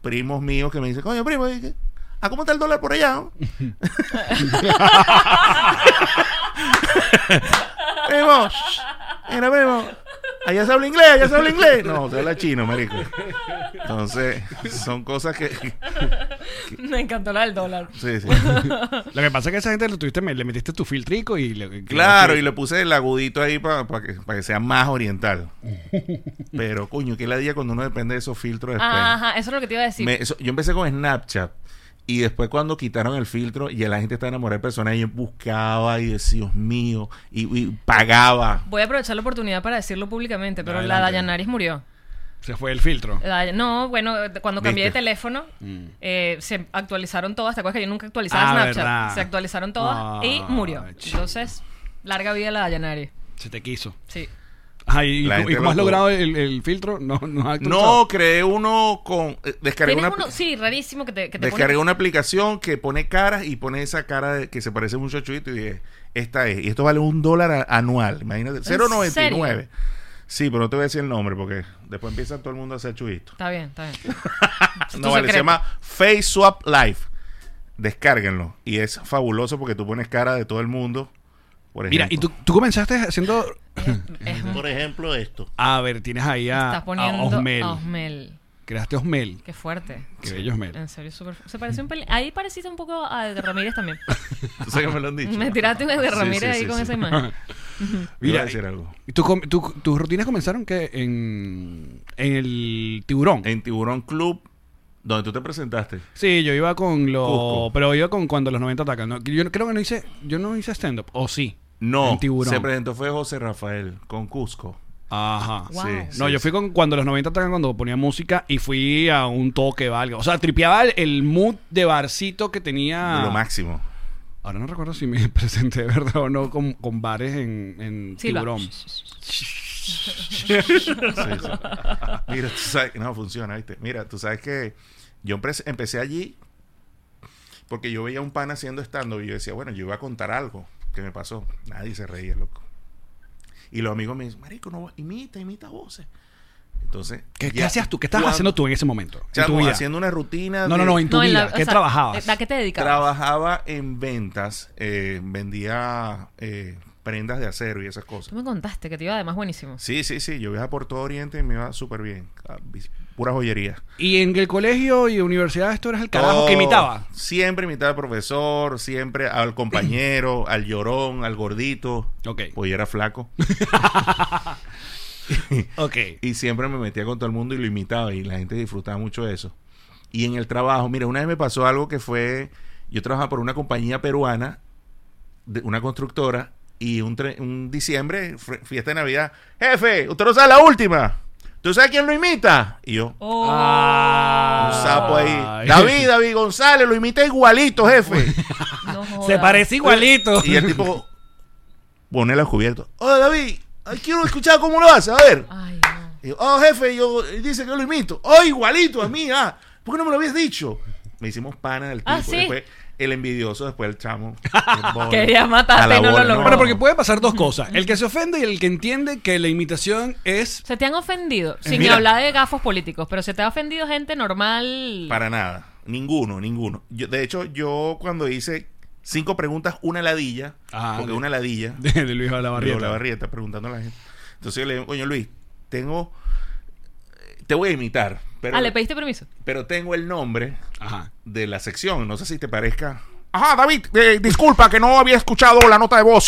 Primos míos que me dicen, coño, primo, ¿y qué? ¿a cómo está el dólar por allá? <laughs> no?" primo, mira, primo, allá se habla inglés, allá se habla inglés. No, se habla chino, marico. Entonces, son cosas que... Me encantó la del dólar. <laughs> sí, <laughs> sí. Lo que pasa es que esa gente le, tuviste- le metiste tu filtrico y le, Claro, y le puse el agudito ahí para que, pa' que sea más <laughs> oriental. Pero, coño, qué ladilla cuando uno depende de esos filtros después. Ajá, eso es lo que te iba a decir. Me- eso- yo empecé con Snapchat y después cuando quitaron el filtro y la gente estaba enamorada de personas y yo buscaba y decía, Dios mío, y, y pagaba. Voy a aprovechar la oportunidad para decirlo públicamente, pero la Adelante. Dayanaris murió. se fue el filtro. La- no, bueno, cuando cambié ¿Viste? Mm. de teléfono, eh, se actualizaron todas. ¿Te acuerdas que yo nunca actualizaba Ah, Snapchat? verdad. Se actualizaron todas y Ah, murió. chido. Entonces, larga vida la Dayanari. Se te quiso. Sí. Ajá, ¿y, La tú- gente y cómo has lo tuvo. logrado el, el filtro? No, no, has actualizado. No, creé uno con... eh, descargué Tienes una, uno, sí, rarísimo que te, que te descargué pone- una aplicación que pone caras y pone esa cara de- que se parece mucho a Chuito y dije, esta es. Y esto vale un dólar a- anual, imagínate. serio? 0.99. Sí, pero no te voy a decir el nombre porque después empieza todo el mundo a hacer Chuito. Está bien, está bien. Es tu <laughs> No, vale, se secreto. llama Face Swap Live. Descárguenlo. Y es fabuloso porque tú pones cara de todo el mundo. Por ejemplo. Mira, y tú, tú comenzaste haciendo. Es un- Por ejemplo, esto. A ver, tienes ahí a, estás poniendo a Osmel. a Osmel. Eh. Creaste Osmel. Qué fuerte. Qué bello Osmel. En serio, súper. Se pareció un peli- Ahí pareciste un poco a Ramírez <laughs> también. <laughs> Tú sabes que me lo han dicho. Me tiraste un Edgar Sí, Ramírez sí, ahí sí, con sí. esa <laughs> imagen. Iba Mira, a decir algo. ¿y tú com- tú- tus rutinas comenzaron que en, en el tiburón. En Tiburón Club, donde tú te presentaste. Sí, yo iba con los. Cusco. Pero iba con cuando los 90 atacan. ¿no? Yo creo que no hice. Yo no hice stand-up. O sí. No, En tiburón. se presentó fue José Rafael con Cusco. Ajá. Wow. Sí, No, sí, yo fui con cuando los 90 atacan cuando ponía música y fui a un toque valga. O sea, tripeaba el, el mood de barcito que tenía. Lo máximo. Ahora no recuerdo si me <laughs> presenté de verdad o no con, con bares en, en Silva. Tiburón. Sí, <laughs> sí. Mira, tú sabes, no funciona, ¿viste? Mira, tú sabes que yo empe- empecé allí porque yo veía a un pan haciendo stand y yo decía, bueno, yo iba a contar algo que me pasó. Nadie se reía, loco. Y los amigos me dicen, marico, no, imita, imita voces. Entonces, <laughs> ¿Qué, qué ya hacías tú? ¿Qué estabas cuando- haciendo tú en ese momento? En tu Chamo, vida. haciendo una rutina. No, no, de- no, en tu No, en vida. la- o ¿Qué sea, trabajabas? ¿A qué te dedicabas? Trabajaba en ventas, eh, vendía eh, prendas de acero y esas cosas. Tú me contaste que te iba además buenísimo. Sí, sí, sí. Yo viajaba por todo Oriente y me iba súper bien. Ah, bis- Pura joyería. ¿Y en el colegio y universidad esto eras el carajo que imitaba? Siempre imitaba al profesor, siempre <clears throat> al compañero, al llorón, al gordito. Ok. Pues yo era flaco. Ok. Y siempre me metía con todo el mundo y lo imitaba. Y la gente disfrutaba mucho de eso. Y en el trabajo, mira, una vez me pasó algo que fue, yo trabajaba por una compañía peruana, de una constructora, y un, tre- un diciembre, fre- fiesta de Navidad, jefe, usted no sabe la última. ¿Tú sabes quién lo imita? Y yo, Oh. Ah, un <laughs> sapo ahí. David, David González, lo imita igualito, jefe. Oh, No jodas. <laughs> Se parece igualito. Y el tipo pone los cubiertos. Oye, David, ay, quiero escuchar cómo lo hace, a ver. Ay, no. Y yo, oh, jefe, yo él dice que lo imito. Oh, igualito a mí, ah. ¿Por qué no me lo habías dicho? Me hicimos pana del tipo. Ah, ¿sí? Después, el envidioso, después el chamo. <laughs> Quería matarte, A la no lo bola, logró. Pero porque puede pasar dos cosas. El que se ofende y el que entiende que la imitación es... Se te han Eh, ofendido, sin Mira. hablar de gafos políticos, pero se te ha ofendido gente normal. Para nada. Ninguno, ninguno. Yo, de hecho, yo cuando hice cinco preguntas, una ladilla. Ah, porque ok. una ladilla. De, de Luis Barrieta. La Olavarrieta. barrieta, preguntando a la gente. Entonces yo le digo, coño Luis, tengo. eh, Te voy a imitar. Pero, ah, le pediste permiso. pero tengo el nombre Ajá. de la sección. No sé si te parezca. Ajá, David, eh, disculpa que no había escuchado la nota de voz.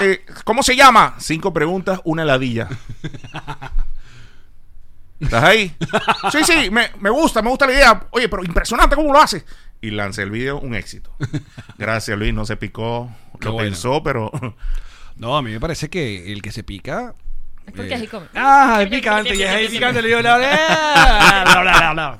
Eh, ¿Cómo se llama? Cinco preguntas, una ladilla. ¿Estás ahí? Sí, sí, me, me gusta, me gusta la idea. Oye, pero impresionante cómo lo hace. Y lancé el video, un éxito. Gracias, Luis, no se picó. Qué Lo bueno. pensó, pero <laughs> No, a mí me parece que el que se pica... Es porque así come. Ah, es picante, y es ahí picante, le digo, la- la- la- la- la- la.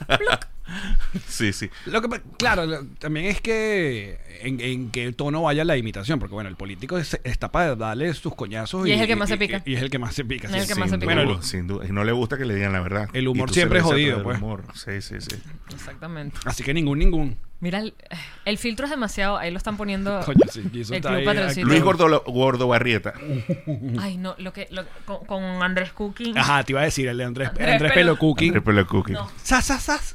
sí, sí. Lo que, pa- claro, lo- también es que en, en qué tono vaya la imitación, porque bueno, el político es- está para darle sus coñazos. Y es el que más se pica. Y, es el que más se pica. Es el que sí. más se Sin pica. duda, Bueno, sin duda. Y no le gusta que le digan la verdad. El humor Y tú siempre se ves jodido, atrás del pues. humor. Sí, sí, sí. Exactamente. Así que ningún, ningún. Mira, el, eh, el filtro es demasiado. Ahí lo están poniendo. <laughs> Coño, sí, y eso el está Club ahí, ah, Patrocinio. aquí. Luis Gordo, Gordo Barrieta. Ay, no, lo que. lo- con, con Andrés Cooking. Ajá, te iba a decir, el de Andrés, Andrés Andrés Pelo- Pelo Cooking. Andrés Pelo Cooking. No. Sas, sas, sas.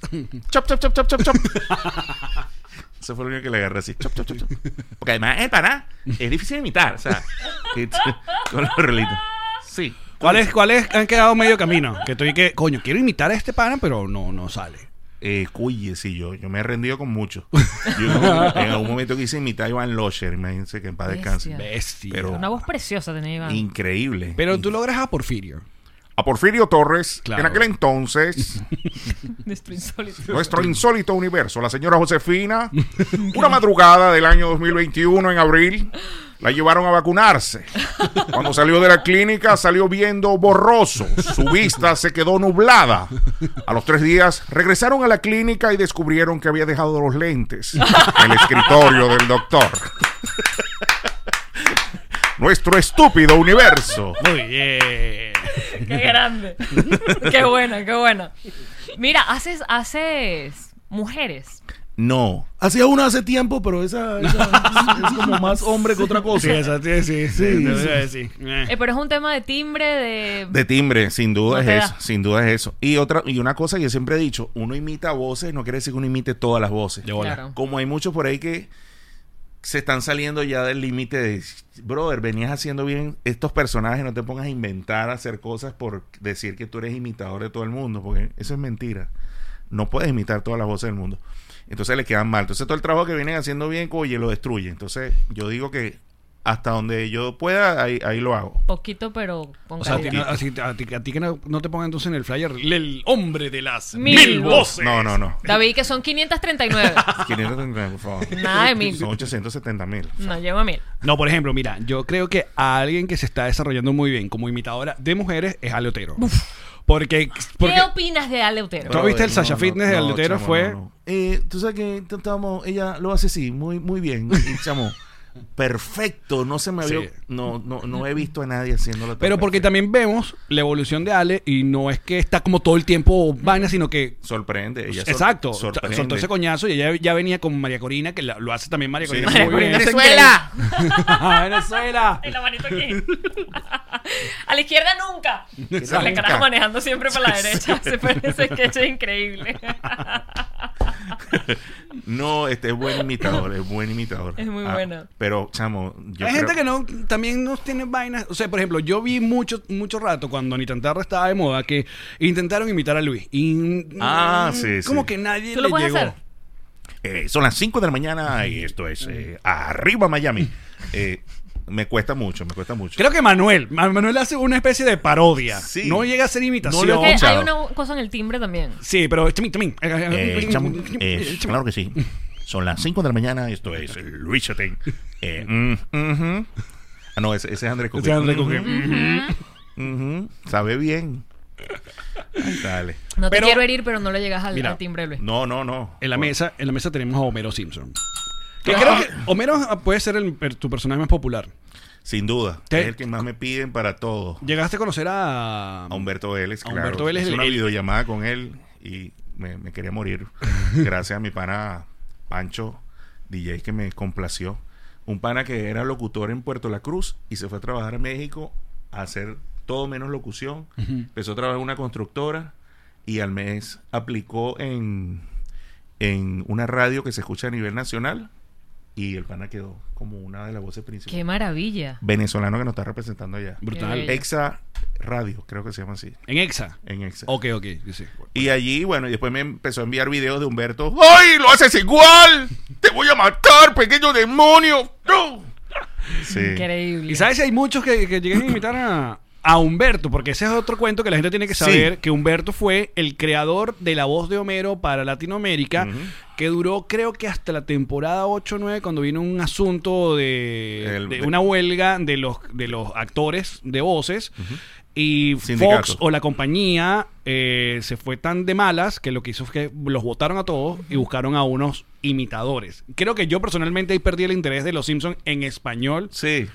Chop, chop, chop, chop, chop, <laughs> chop. Ese fue el único que le agarré así. Chop, chop, chop, chop. Porque además el paná es difícil de imitar. O sea, <laughs> y t- con los relitos. Sí. ¿Cuáles cuáles han quedado medio camino? Que estoy que, coño, quiero imitar a este pana, pero no, no sale. Eh, cuye, sí, yo, yo me he rendido con mucho. Yo <laughs> en algún momento quise imitar a Iván Losher, imagínense que en paz descanse. Bestia. Bestia. Pero- Una voz preciosa tenía Iván. Increíble. pero tú logras a Porfirio. A Porfirio Torres, Claro. en aquel entonces, Nuestro insólito. pues. Nuestro insólito universo. La señora Josefina, una madrugada del año 2021, en abril, la llevaron a vacunarse. Cuando salió de la clínica, salió viendo borroso. Su vista se quedó nublada. A los tres días, regresaron a la clínica y descubrieron que había dejado los lentes en el escritorio del doctor. Nuestro estúpido universo. Muy bien. Qué <laughs> grande. qué buena, qué buena. Mira, haces, haces mujeres. No. Hacía una hace tiempo, pero esa, esa es, es como más hombre que otra cosa. Sí, esa, sí, sí, sí, te voy a decir. Eh. Eh, pero es un tema de timbre, de. De timbre, sin duda No te es da. eso, sin duda es eso. Y otra y una cosa que yo siempre he dicho, uno imita voces, no quiere decir que uno imite todas las voces. De bola. Claro. Como hay muchos por ahí que se están saliendo ya del límite de, brother, venías haciendo bien estos personajes, no te pongas a inventar, a hacer cosas por decir que tú eres imitador de todo el mundo, porque eso es mentira. No puedes imitar todas las voces del mundo. Entonces le quedan mal. Entonces todo el trabajo que vienen haciendo bien, oye, lo destruye. Entonces yo digo que hasta donde yo pueda, ahí, ahí lo hago. Poquito, pero con O sea, a ti, no- calidad. a ti- a ti- a ti que no, no te pongan entonces en el flyer el, hombre de las Mil mil, voces. voces. No, no, no. David, que son <laughs> 539. 539, por favor. Nada de mil. Son 870 mil. No llego a mil. No, por ejemplo, mira, yo creo que a alguien que se está desarrollando muy bien como imitadora de mujeres es Ale Otero. Porque, porque ¿Qué opinas de Ale Otero? ¿Tú viste el Sasha Fitness de Aldotero? Aldotero Fue- Eh, Tú sabes que intentamos, ella lo hace así, muy, muy <laughs> bien. Y chamo, perfecto. No se me Sí. vio. No, no, no he visto a nadie haciéndolo. tan pero porque perfecto. también vemos la evolución de Ale y no es que está como todo el tiempo vaina, sino que Sorprende. Ella sor- exacto, Sorprende. soltó ese coñazo y ella ya venía con María Corina que la- lo hace también María Sí, Corina. María muy Corina. bien. ¡Venezuela! Venezuela. Y la manito <laughs> aquí. a la izquierda nunca. Se le Nunca. carajo manejando siempre para la derecha. Se parece ese sketch es increíble. <laughs> No, este es buen imitador. Es buen imitador. Ah, Es muy buena. Pero, chamo, yo. Hay creo- gente que no, también no tiene vainas. O sea, por ejemplo, yo vi mucho, mucho rato cuando Anita Antarra estaba de moda que intentaron imitar a Luis. Y, Ah, mm, sí, sí. Como que nadie ¿Tú lo le puedes llegó. hacer? <laughs> Eh, son las 5 de la mañana y esto es eh, Arriba Miami. Eh, Me cuesta mucho, me cuesta mucho. Creo que Manuel, Ma- Manuel hace una especie de parodia. Sí. No llega a ser imitación. No lo Que he hay escuchado. una cosa en el timbre también. Sí, pero chamín, chamín. Eh, chamo, eh, claro que sí. Son las 5 de la mañana, esto es Luis Chatén. Eh, mm, ujú. Ah, no, ese, ese es Andrés Ese Coquín. es Andrés Coquín. Ujú, Sabe bien. Ay, Dale. No Pero- te quiero herir, pero no le llegas al, Mira. al timbre, Luis. No, no, no. Eh. En la mesa, en la mesa tenemos a Homero Simpson. Que creo que Homero ah, puede ser el, per- tu personaje más popular. Sin duda. Te- Es el que más me piden para todo. Llegaste a conocer a, A Humberto Vélez, A claro. Humberto Vélez, Hice el- una el- videollamada con él y me, me <laughs> quería morir. Gracias a mi pana Pancho DJ que me complació. Un pana que era locutor en Puerto La Cruz y se fue a trabajar a México a hacer todo menos locución. Empezó a trabajar en una constructora y al mes aplicó en, en una radio que se escucha a nivel nacional y el pana quedó como una de las voces principales. Qué maravilla. Venezolano que nos está representando allá. Brutal. Qué bello. Exa Radio, creo que se llama así. en Exa. En Exa. Ok, ok. sí. Y allí, bueno, y después me empezó a enviar videos de Humberto. ¡Ay, lo haces igual! ¡Te voy a matar, pequeño demonio! ¡No! Sí. Increíble. Y sabes, hay muchos que, que llegan a imitar a, a Humberto, porque ese es otro cuento que la gente tiene que saber, que Humberto fue el creador de la voz de Homero para Latinoamérica, Ujú. que duró creo que hasta la temporada 8 o 9, cuando vino un asunto de, El- de de- una huelga de los, de los actores de voces. Y Sindicato. Fox o la compañía eh, se fue tan de malas que lo que hizo fue que los votaron a todos y buscaron a unos imitadores. Creo que yo personalmente ahí perdí el interés de los Simpsons en español Sí.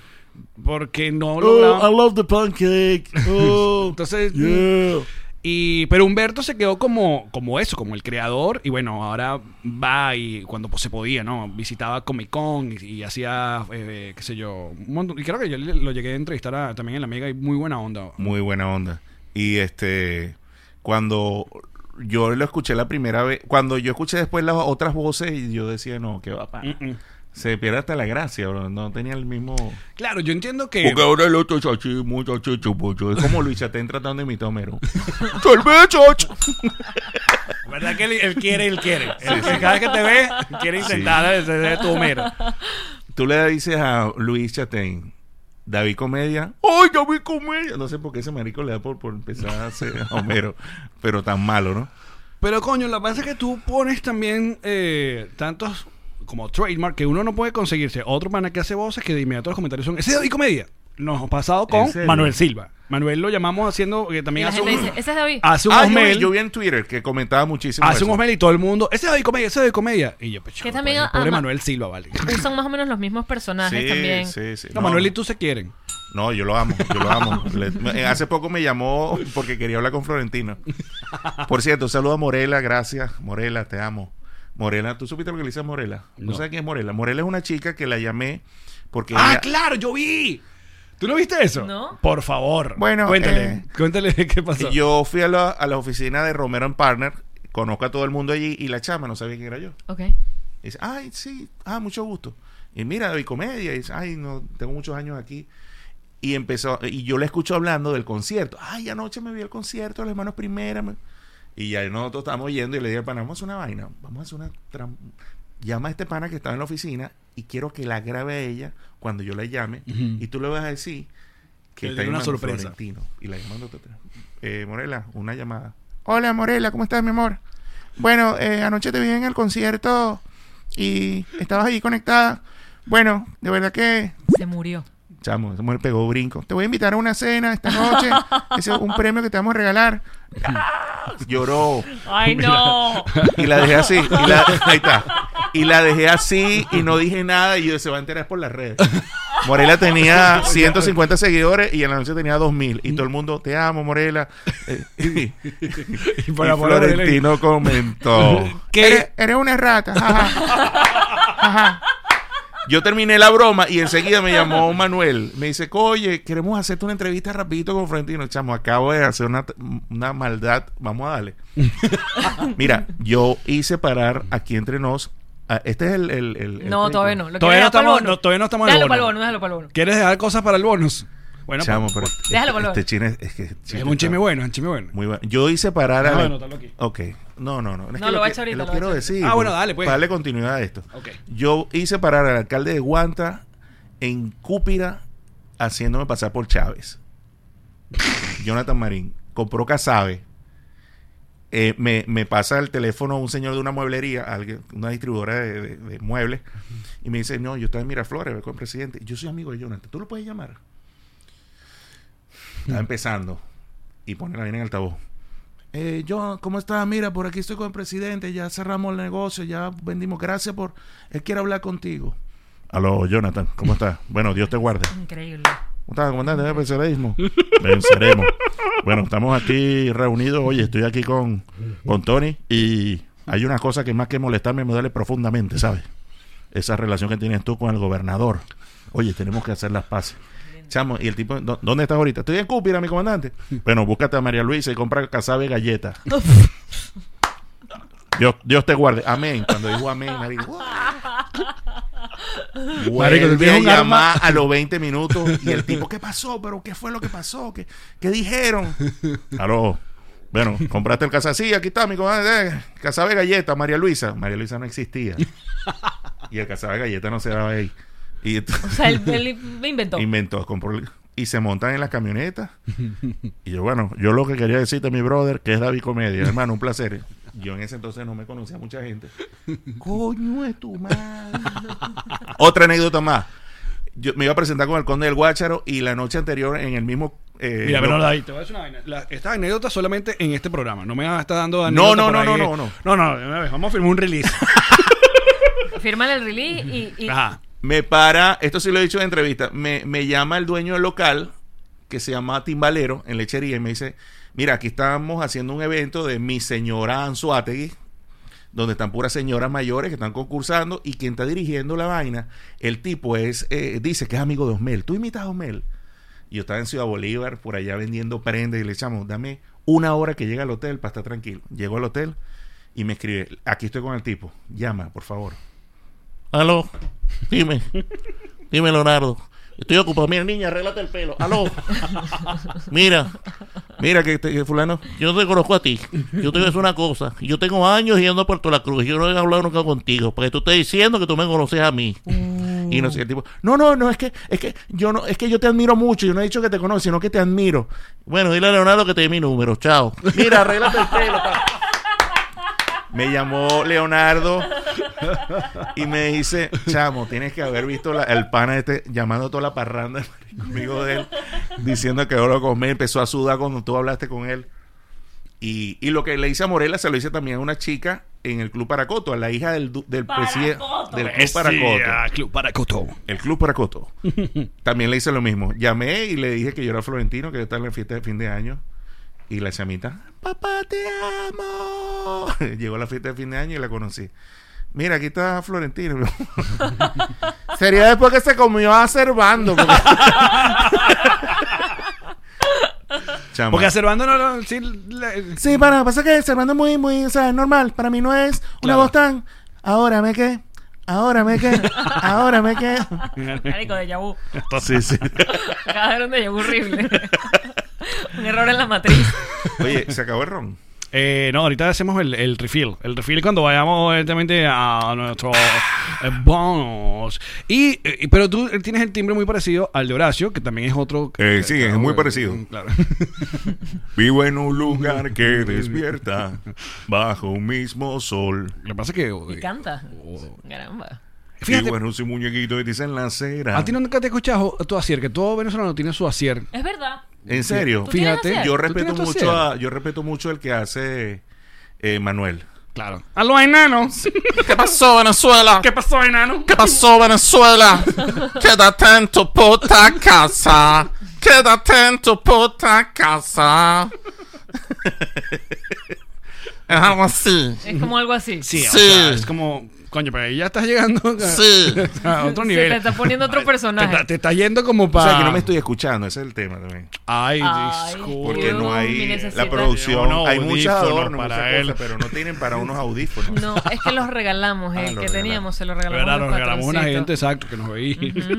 porque no Oh, I lo love the pancake. <laughs> Oh, Entonces, yeah. y, pero Humberto se quedó como, como eso, como el creador. Y bueno, ahora va y cuando pues, se podía, ¿no? Visitaba Comic Con y, y hacía, eh, eh, qué sé yo, un montón. Y creo que yo le- lo llegué a entrevistar a- también en la Mega y muy buena onda. Muy buena onda. Y este, cuando yo lo escuché la primera vez, cuando yo escuché después las otras voces, y yo decía, no, qué va, pa. Mm, mm. Se pierde hasta la gracia, bro. No tenía el mismo. Claro, yo entiendo que. ahora el otro es así, muchacho, chupucho. Es como Luis Chatén tratando de imitar a Homero. <laughs> ¡Salve, chacho! ¿Verdad que él, él quiere, él quiere? Él- Cada vez que te ve, quiere intentar ese de tu Homero. Tú le dices a Luis Chatén, David Comedia. ¡Ay, David Comedia! No sé por qué ese marico le da por, por empezar a hacer <laughs> a Homero, pero tan malo, ¿no? Pero coño, la pasa es que tú pones también eh, tantos como trademark que uno no puede conseguirse. Otro pana que hace voces que de inmediato los comentarios son ese es David Comedia. Nos ha pasado con ¿En serio? Manuel Silva. Manuel lo llamamos haciendo que Y también la hace un, gente dice, ese es David. hace un Ah, yo vi, Osmel, yo vi en Twitter que comentaba muchísimo. hace un eso. Osmel y todo el mundo ese es David Comedia, ese es David Comedia y yo pues, Que chico, también pobre, pobre ama- Manuel Silva vale. Usan más o menos los mismos personajes Sí, también. sí, sí. No, Manuel y tú se quieren. No, yo lo amo, yo <laughs> lo amo. Le- me- hace poco me llamó porque quería hablar con Florentino. Por cierto, un saludo a Morela, gracias. Morela, te amo. Morela, ¿tú supiste lo que le dice a Morela? No. No. sabes quién es Morela? Morela es una chica que la llamé porque... Ah, ella- claro, yo vi. ¿Tú no viste eso? No. Por favor. Bueno, cuéntale, eh, cuéntale <laughs> qué pasó. Yo fui a la, a la oficina de Romero and Partner, conozco a todo el mundo allí y la chama no sabía quién era yo. Ok. Y dice, ay, sí, ah, mucho gusto. Y mira, David Comedia, y dice, ay, no, tengo muchos años aquí. Y empezó, y yo la escucho hablando del concierto. Ay, anoche me vi el concierto de los hermanos Primera. me- Y ya nosotros estábamos yendo y le dije al pana, vamos a hacer una vaina, vamos a hacer una... tram- Llama a este pana que estaba en la oficina y quiero que la grabe a ella cuando yo la llame y tú le vas a decir Que que le está dé una llamando sorpresa. Florentino. Y la llamando eh, Morela, una llamada. Hola Morela, ¿cómo estás mi amor? Bueno, eh, anoche te vi en el concierto y estabas ahí conectada. Bueno, de verdad que Se murió. Chamo, esa mujer pegó brinco. Te voy a invitar a una cena esta noche. <laughs> Ese es un premio que te vamos a regalar. ¡Ah! Lloró. <laughs> ¡Ay, no! Y la dejé así. Y la, ahí está. Y la dejé así y no dije nada. Y yo, se va a enterar por las redes. Morela tenía 150 seguidores y en la noche tenía 2000. Y todo el mundo, te amo, Morela. Eh, y, Y y amor a Dios, Florentino <laughs> comentó. ¿Qué? Eres, eres una rata. <laughs> Ajá. Ajá. Yo terminé la broma y enseguida me llamó Manuel. Me dice, oye, queremos hacerte una entrevista rapidito con Florentino. Chamo, acabo de hacer una, una maldad. Vamos <laughs> a darle. Mira, yo hice parar aquí entre nos. Ah, Este es el... el- el- el No, técnico. todavía no. Lo Todavía quieres no dejar pa'l estamos- bono. no, todavía no estamos en el Déjalo bono. pa'l bono, déjalo pa'l bono. ¿Quieres dejar cosas para el bonus? Bueno, Chamo, pues, pero pues, este- Déjalo, Manuel. Este chino es, es que... este es chino un chisme está bueno, es un chisme bueno. Muy bueno. Yo hice parar a... Déjame la- anotarlo aquí. Ok. No, no, no. Es No, que lo va a que- echar ahorita, Lo, lo va a quiero echar. decir. Ah, porque- bueno, dale, pues. Eh, Para darle continuidad a esto. Ok. Yo hice parar al alcalde de Guanta en Cúpira haciéndome pasar por Chávez. Jonathan Marín compró Casabe. Eh, me, me pasa el teléfono un señor de una mueblería, alguien- una distribuidora de, de- de muebles, y me dice, no, yo estoy en Miraflores, voy con el presidente. Yo soy amigo de Jonathan, ¿tú lo puedes llamar? Estaba empezando y pone la vaina en altavoz. Eh, John, ¿cómo estás? Mira, por aquí estoy con el presidente, ya cerramos el negocio, ya vendimos. Gracias por... Él quiere hablar contigo. Aló, Jonathan, ¿cómo estás? bueno, Dios te guarde. Increíble. ¿Cómo estás, comandante? ¿Eh, <laughs> Vencereísmo. Venceremos. Bueno, estamos aquí reunidos. Oye, estoy aquí con, con Tony y hay una cosa que más que molestarme me duele profundamente, ¿sabes? Esa relación que tienes tú con el gobernador. Oye, tenemos que hacer las paces. Chamo, y el tipo, "¿Dó- ¿dónde estás ahorita? Estoy en Cúpira, mi <laughs> comandante. Bueno, búscate a María Luisa y compra casabe galleta. Dios, Dios te guarde. Amén. Cuando dijo amén, marico. Marico, el Vuelve viejo a un arma. llamar a los 20 minutos y el tipo, ¿qué pasó? ¿Pero qué fue lo que pasó? ¿Qué, <laughs> qué dijeron? Aló. Bueno, compraste el casa. Sí, aquí está, mi comandante. Eh, Casabe galleta, María Luisa. María Luisa no existía. Y el casabe galleta no se daba ahí. Y <laughs> entonces- O sea, él, él me inventó. inventó, compró el- y se montan en las camionetas. y yo, bueno, yo lo que quería decirte, mi brother, que es David Comedia, hermano, un placer. Yo en ese entonces no me conocía mucha gente. Coño de tu madre. Otra anécdota más. Yo me iba a presentar con el conde del Guácharo y la noche anterior en el mismo. eh, Mira, no- pero ahí te voy a decir una vaina. La- estas anécdotas solamente en este programa. No me vas a estar dando No, anécdotas no, por no, ahí. no, no, no. No, no, de una vez. Vamos a firmar un <laughs> release. Fírmale el release y. y- Ajá. me para, esto sí lo he dicho en entrevista, me, me llama el dueño del local, que se llama Timbalero, en lechería, y me dice, mira, aquí estamos haciendo un evento de mi señora Anzuategui, donde están puras señoras mayores que están concursando, y quien está dirigiendo la vaina, el tipo es, eh, dice que es amigo de Osmel, tú imitas a Osmel. Y Yo estaba en Ciudad Bolívar, por allá vendiendo prendas, y le echamos, dame una hora que llegue al hotel para estar tranquilo. Llego al hotel y me escribe, aquí estoy con el tipo, llama, por favor. Aló, dime, dime Leonardo. Estoy ocupado. Mira, niña, arréglate el pelo. Aló. Mira, mira que, te- que fulano. Yo te conozco a ti. Yo te voy a decir una cosa. Yo tengo años yendo a Puerto La Cruz. Yo no he hablado nunca contigo. Porque tú estás diciendo que tú me conoces a mí. Y no sé, el tipo, no, no, no, es que, es que yo no, es que yo te admiro mucho, yo no he dicho que te conozco, sino que te admiro. Bueno, dile a Leonardo que te dé mi número, chao. Mira, arréglate el pelo. pa. Me llamó Leonardo y me dice, chamo, tienes que haber visto la- el pana este llamando a toda la parranda conmigo de él, diciendo que ahora comer, empezó a sudar cuando tú hablaste con él. Y, y lo que le hice a Morela se lo hice también a una chica en el Club Paracoto, a la hija del, du- del presidente del Club Paracoto. Sí, ah, Club Paracoto. El Club Paracoto. <laughs> También le hice lo mismo. Llamé y le dije que yo era florentino, que yo estaba en la fiesta de fin de año. Y la chamita, papá, te amo. <laughs> Llegó a la fiesta de fin de año y la conocí. Mira, aquí está Florentino. <laughs> Sería después que se comió a Cervando. porque- Chama. Porque a Cervando no, no, sí, le- Sí, para, pasa que Servando es muy, muy, o sea, es normal. Para mí no es una Claro. voz tan. Ahora me que, ahora me que, ahora me que. Marico, de Yahoo. Sí, sí. Acaba de dar un déjà vu horrible. <laughs> un error en la matriz. Oye, se acabó el ron. <laughs> Eh, no, ahorita hacemos el, el refill. El refill cuando vayamos directamente a nuestro eh, bonus. Y, eh, y- pero tú eh, tienes el timbre muy parecido al de Horacio, que también es otro. Eh, sí, es muy parecido. Claro. <laughs> Vivo en un lugar que despierta bajo un mismo sol. Lo que pasa es que. Y eh, canta. Caramba. Fíjate, Vivo en un muñequito que dice en la acera. a ti nunca te he escuchado tu asier, que todo venezolano tiene su asier. Es verdad. ¿En serio? ¿Tú tienes Fíjate. asier? Yo ¿Tú respeto tienes tu mucho asier? a, yo respeto mucho el que hace eh, Manuel. Claro. A los <laughs> enanos. ¿Qué pasó, Venezuela? ¿Qué pasó, enano? ¿Qué pasó, Venezuela? Quédate en tu puta casa. Quédate en tu puta casa. Es algo así. Es como algo así. Sí, o Sí. sea, es como. Coño, pero ahí ya estás llegando a, Sí. a otro nivel. Se te está poniendo otro Te está- personaje. te está yendo como O para. sea, que no me estoy escuchando, ese es el tema también. Ay, Ay, disculpa. Porque no Uy, mi hay necesidad. la producción, Unos hay muchos audífonos adornos, para muchas él. cosas, pero no tienen para unos <laughs> audífonos. No, es que los regalamos. El Ah, los que regalamos. teníamos se los regalamos. Verdad, a los nos regalamos una gente, patroncitos. exacto, que nos veía.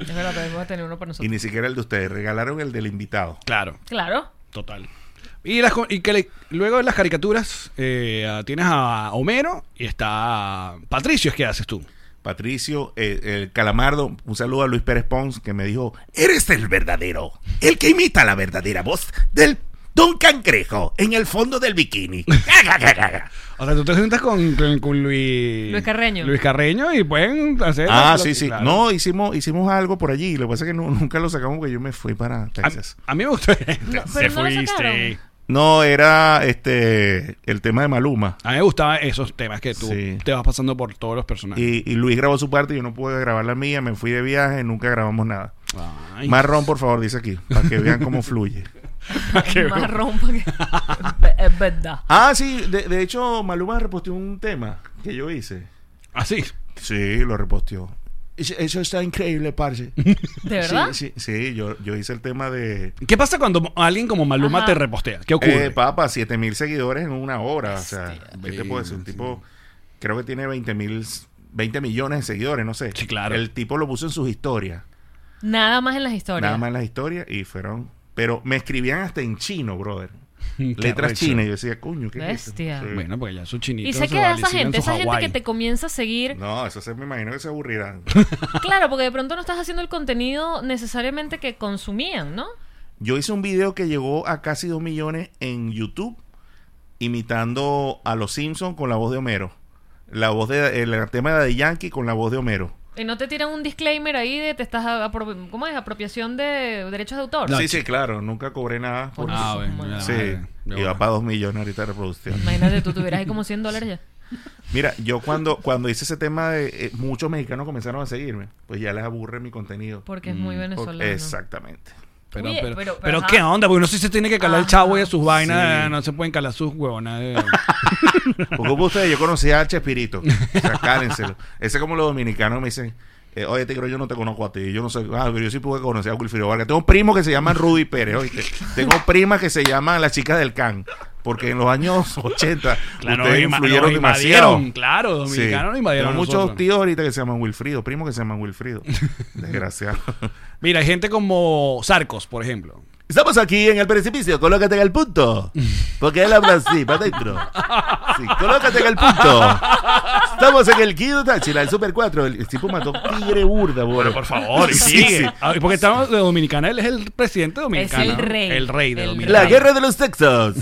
Es verdad, pero vamos a tener uno para Y nosotros. ni siquiera el de ustedes, regalaron el del invitado. <laughs> Claro, Claro. total. Y, las, co- y que le- luego de las caricaturas eh, ah, tienes a Homero y está Patricio, es que haces tú. Patricio, eh, el Calamardo, un saludo a Luis Pérez Pons que me dijo, Eres el verdadero, el que imita la verdadera voz del Don Cangrejo en el fondo del <laughs> bikini. O sea, tú te juntas con, con- con Luis... Luis Carreño. Luis Carreño y pueden hacer... ah, lo- sí, lo- sí. claro. No, hicimos, hicimos algo por allí. Lo que pasa es que nu- nunca lo sacamos porque yo me fui para A, Texas. a mí me <laughs> gustó... No, Se pero no lo fuiste. sacaron. No, era este el tema de Maluma. A mí me gustaban esos temas que tú Sí. te vas pasando por todos los personajes. Y, y Luis grabó su parte, yo no pude grabar la mía, me fui de viaje, nunca grabamos nada. Ay. <laughs> Marrón, por favor, dice aquí, para que vean cómo fluye. Más rompa que- Es verdad. Ah, sí, de, de hecho, Maluma reposteó un tema que yo hice. Ah, sí. Sí, lo reposteó. Eso eso está increíble, parce. ¿De verdad? Sí, sí, sí, yo, yo hice el tema de... ¿Qué pasa cuando alguien como Maluma Ajá. te repostea? ¿Qué ocurre? Eh, papa, 7 mil seguidores en una hora. O sea, ¿qué te puedo decir? Un sí. tipo, creo que tiene 20 mil, 20 millones de seguidores, no sé. Sí, claro. El tipo lo puso en sus historias. Nada más en las historias. Nada más en las historias y fueron... Pero me escribían hasta en chino, brother. Qué Letras arrecho. chinas. Y yo decía, coño, ¿qué es esto? Bestia. Sí. Bueno, porque ya su chinito. Y se queda esa gente, esa gente que Ah, te comienza a seguir. No, eso se me imagino que se aburrirán. <laughs> Claro, porque de pronto no estás haciendo el contenido necesariamente que consumían, ¿no? Yo hice un video que llegó a casi 2 millones en YouTube imitando a los Simpsons con la voz de Homero. La voz de el tema de Daddy Yankee con la voz de Homero. Y no te tiran un disclaimer ahí de te estás a- apro- ¿cómo es? apropiación de derechos de autor. sí, sí, claro, nunca cobré nada. por- Coño, Ah, bueno, madre. ya. sí, ya, iba bueno. para 2 millones ahorita de reproducción. Imagínate, tú tuvieras ahí como 100 dólares ya. Mira, yo cuando, cuando hice ese tema, de, eh, muchos mexicanos comenzaron a seguirme. Pues ya les aburre mi contenido. Porque es muy venezolano. Exactamente. Pero, Oye, pero, pero- pero, pero, ¿qué ajá. onda? Porque uno sí se tiene que calar el chavo y a sus vainas. Ah, Sí. No se pueden calar sus huevonas. de- <laughs> Porque pues, ustedes, yo conocía a Chespirito. O sea, cálenselo. Ese es como los dominicanos me dicen, eh, oye, te creo yo no te conozco a ti. Yo no sé, ah, pero yo sí pude conocer a Wilfrido Vargas. Tengo primos que se llaman Rudy Pérez, oíste. Tengo primas que se llaman las chicas del can. Porque en los años 80 Claro, ustedes inma- influyeron nos demasiado. invadieron, Claro, Sí. dominicanos nos invadieron. Tengo a muchos nosotros. tíos ahorita que se llaman Wilfrido, primos que se llaman Wilfrido. Desgraciado. Mira, hay gente como Sarcos, por ejemplo. Estamos aquí en el precipicio, colócate en el punto. Porque él habla así, para adentro. Sí, colócate en el punto. Estamos en el Kido Táchira, el Super 4. El, el tipo mató tigre burda, boludo. por favor, <laughs> Ah, y Porque estamos de Dominicana, él es el presidente dominicano. el rey. El rey de El Dominicana. La guerra de los sexos.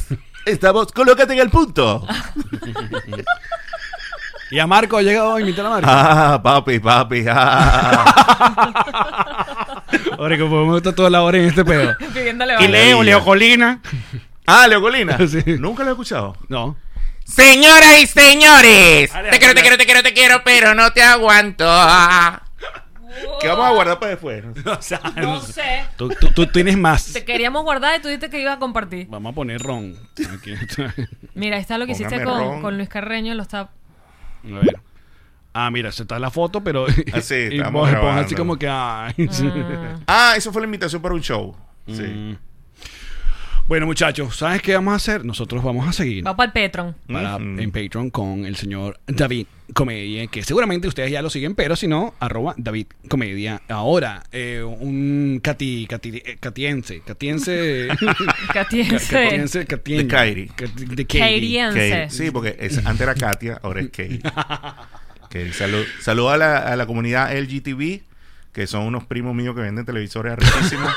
Estamos, colócate en el punto. Y a Marco ha llegado a invitar a Marco. Ah, papi, papi. ah. Ahora que podemos estar toda la hora en este pedo. Pidiéndole y vale. Leo, Leo Colina. Ah, Leocolina. Sí. Nunca lo he escuchado. No. Señoras y señores, Ale, te quiero, te ale. quiero, te quiero, te quiero, pero no te aguanto. Que vamos a guardar para después. <laughs> O sea, No sé. Tú, tú- tú tienes más. Te queríamos guardar y tú dijiste que ibas a compartir. Vamos a poner ron. Aquí está. Mira, ahí está lo que hiciste Póngame con, ron. con Luis Carreño, lo está. A ver. Ah, mira, se está la foto, pero. Así, <laughs> y Ah, pon- estamos pon grabando. así como que. ay. mm, Ah, eso fue la invitación para un show. Sí. Mm. Bueno, muchachos, ¿sabes qué vamos a hacer? Nosotros vamos a seguir. Va para el Petron. para- Ujú. en Patreon con el señor David Comedia, que seguramente ustedes ya lo siguen, pero si no, arroba David Comedia. Ahora, eh, un cati, cati- eh, catiense, <laughs> catiense, Catiense. catiense, catien- De Kairi. cati- de Kairi. Kate, Catiense. sí, porque es- antes era Katia, ahora es <laughs> Kate. Kate, salud, saludo a la, a la comunidad LGTB, que son unos primos míos que venden televisores <laughs> riquísimos.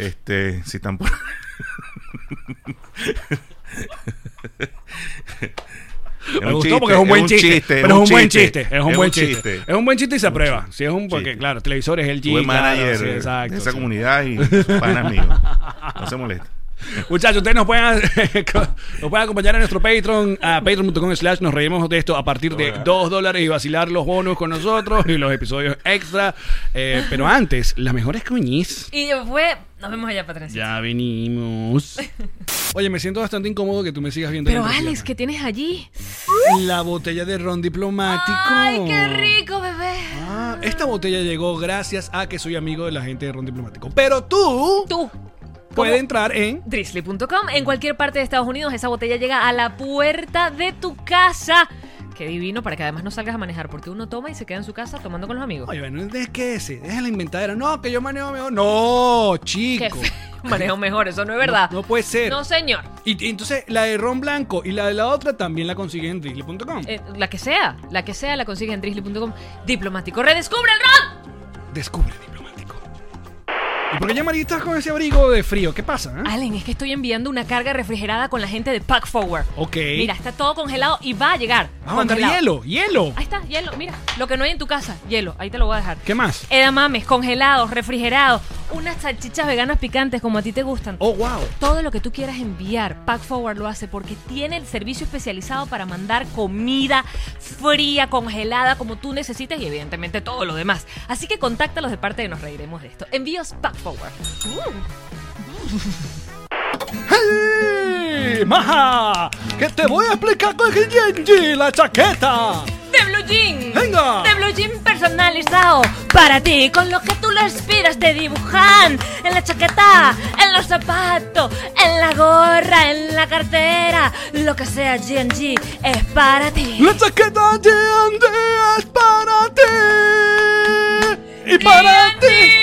este, si están por... Me gustó porque es un buen chiste, pero es un buen chiste, es un buen chiste, Es es un buen chiste y se aprueba. chiste. Si es un porque Chiste. claro, televisor es el G, buen claro, manager sí, exacto, de esa sí. comunidad y sus panas míos. <laughs> No se molesta. Muchachos, ustedes nos <laughs> pueden, nos pueden acompañar a nuestro Patreon, a patreon.com slash, nos reímos de esto a partir de 2 dólares y vacilar los bonos con nosotros y los episodios extra. Eh, pero antes, las mejores coñiz. Y fue. Nos vemos allá, Patricia. Ya venimos. Oye, me siento bastante incómodo que tú me sigas viendo. Pero la persiana. Alex, ¿qué tienes allí? La botella de ron diplomático. ¡Ay, qué rico, bebé! Ah, esta botella llegó gracias a que soy amigo de la gente de ron diplomático. Pero tú, Tú. puedes entrar en... Drizzly.com. En cualquier parte de Estados Unidos, esa botella llega a la puerta de tu casa Qué divino para que además no salgas a manejar, porque uno toma y se queda en su casa tomando con los amigos. Oye, bueno, ¿de qué ese? Deja la inventadera. No, que yo manejo mejor. No, Qué chico. feo. <laughs> manejo mejor, eso no es verdad. No puede ser. No, señor. Y, y entonces la de Ron Blanco y la de la otra también la consiguen en drizzly.com. Eh, la que sea, la que sea, la consigues en drizzly.com. Diplomático, redescubre el rock. Descubre diplomático. ¿Y por qué ya Marita estás con ese abrigo de frío? ¿Qué pasa? eh? Allen, es que estoy enviando una carga refrigerada con la gente de Pack Forward. Ok. Mira, está todo congelado y va a llegar. Vamos a mandar Congelado. hielo, hielo. Ahí está, hielo. Mira, lo que no hay en tu casa, hielo. Ahí te lo voy a dejar. ¿Qué más? Edamames, congelados, refrigerados, unas salchichas veganas picantes como a ti te gustan. Oh, wow. Todo lo que tú quieras enviar, Pack Forward lo hace porque tiene el servicio especializado para mandar comida fría, congelada, como tú necesites y evidentemente todo lo demás. Así que contáctalos de parte de Nos Reiremos de esto. Envíos Pack Forward. ¡Hey! ¡Maja! ¡Que te voy a explicar con el Genji, la chaqueta! ¡De Blue Jean! ¡Venga! ¡De Blue Jean personalizado! Para ti, con lo que tú lo inspiras, te dibujan en la chaqueta, en los zapatos, en la gorra, en la cartera. Lo que sea GNG es para ti. ¡La chaqueta Genji es para ti! ¡Y para ti! G&G.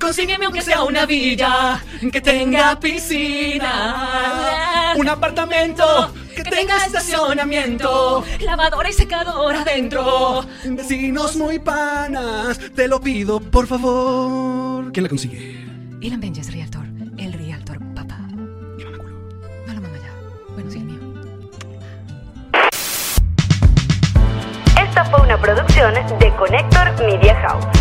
consígueme aunque sea una villa, que tenga piscina, un apartamento que tenga estacionamiento, lavadora y secadora dentro, adentro. vecinos muy panas, te lo pido por favor. ¿Quién la consigue? Ilan Benji es realtor, el realtor papá. No lo mama ya. Bueno, sí, el mío. Esta fue una producción de Connector Media House.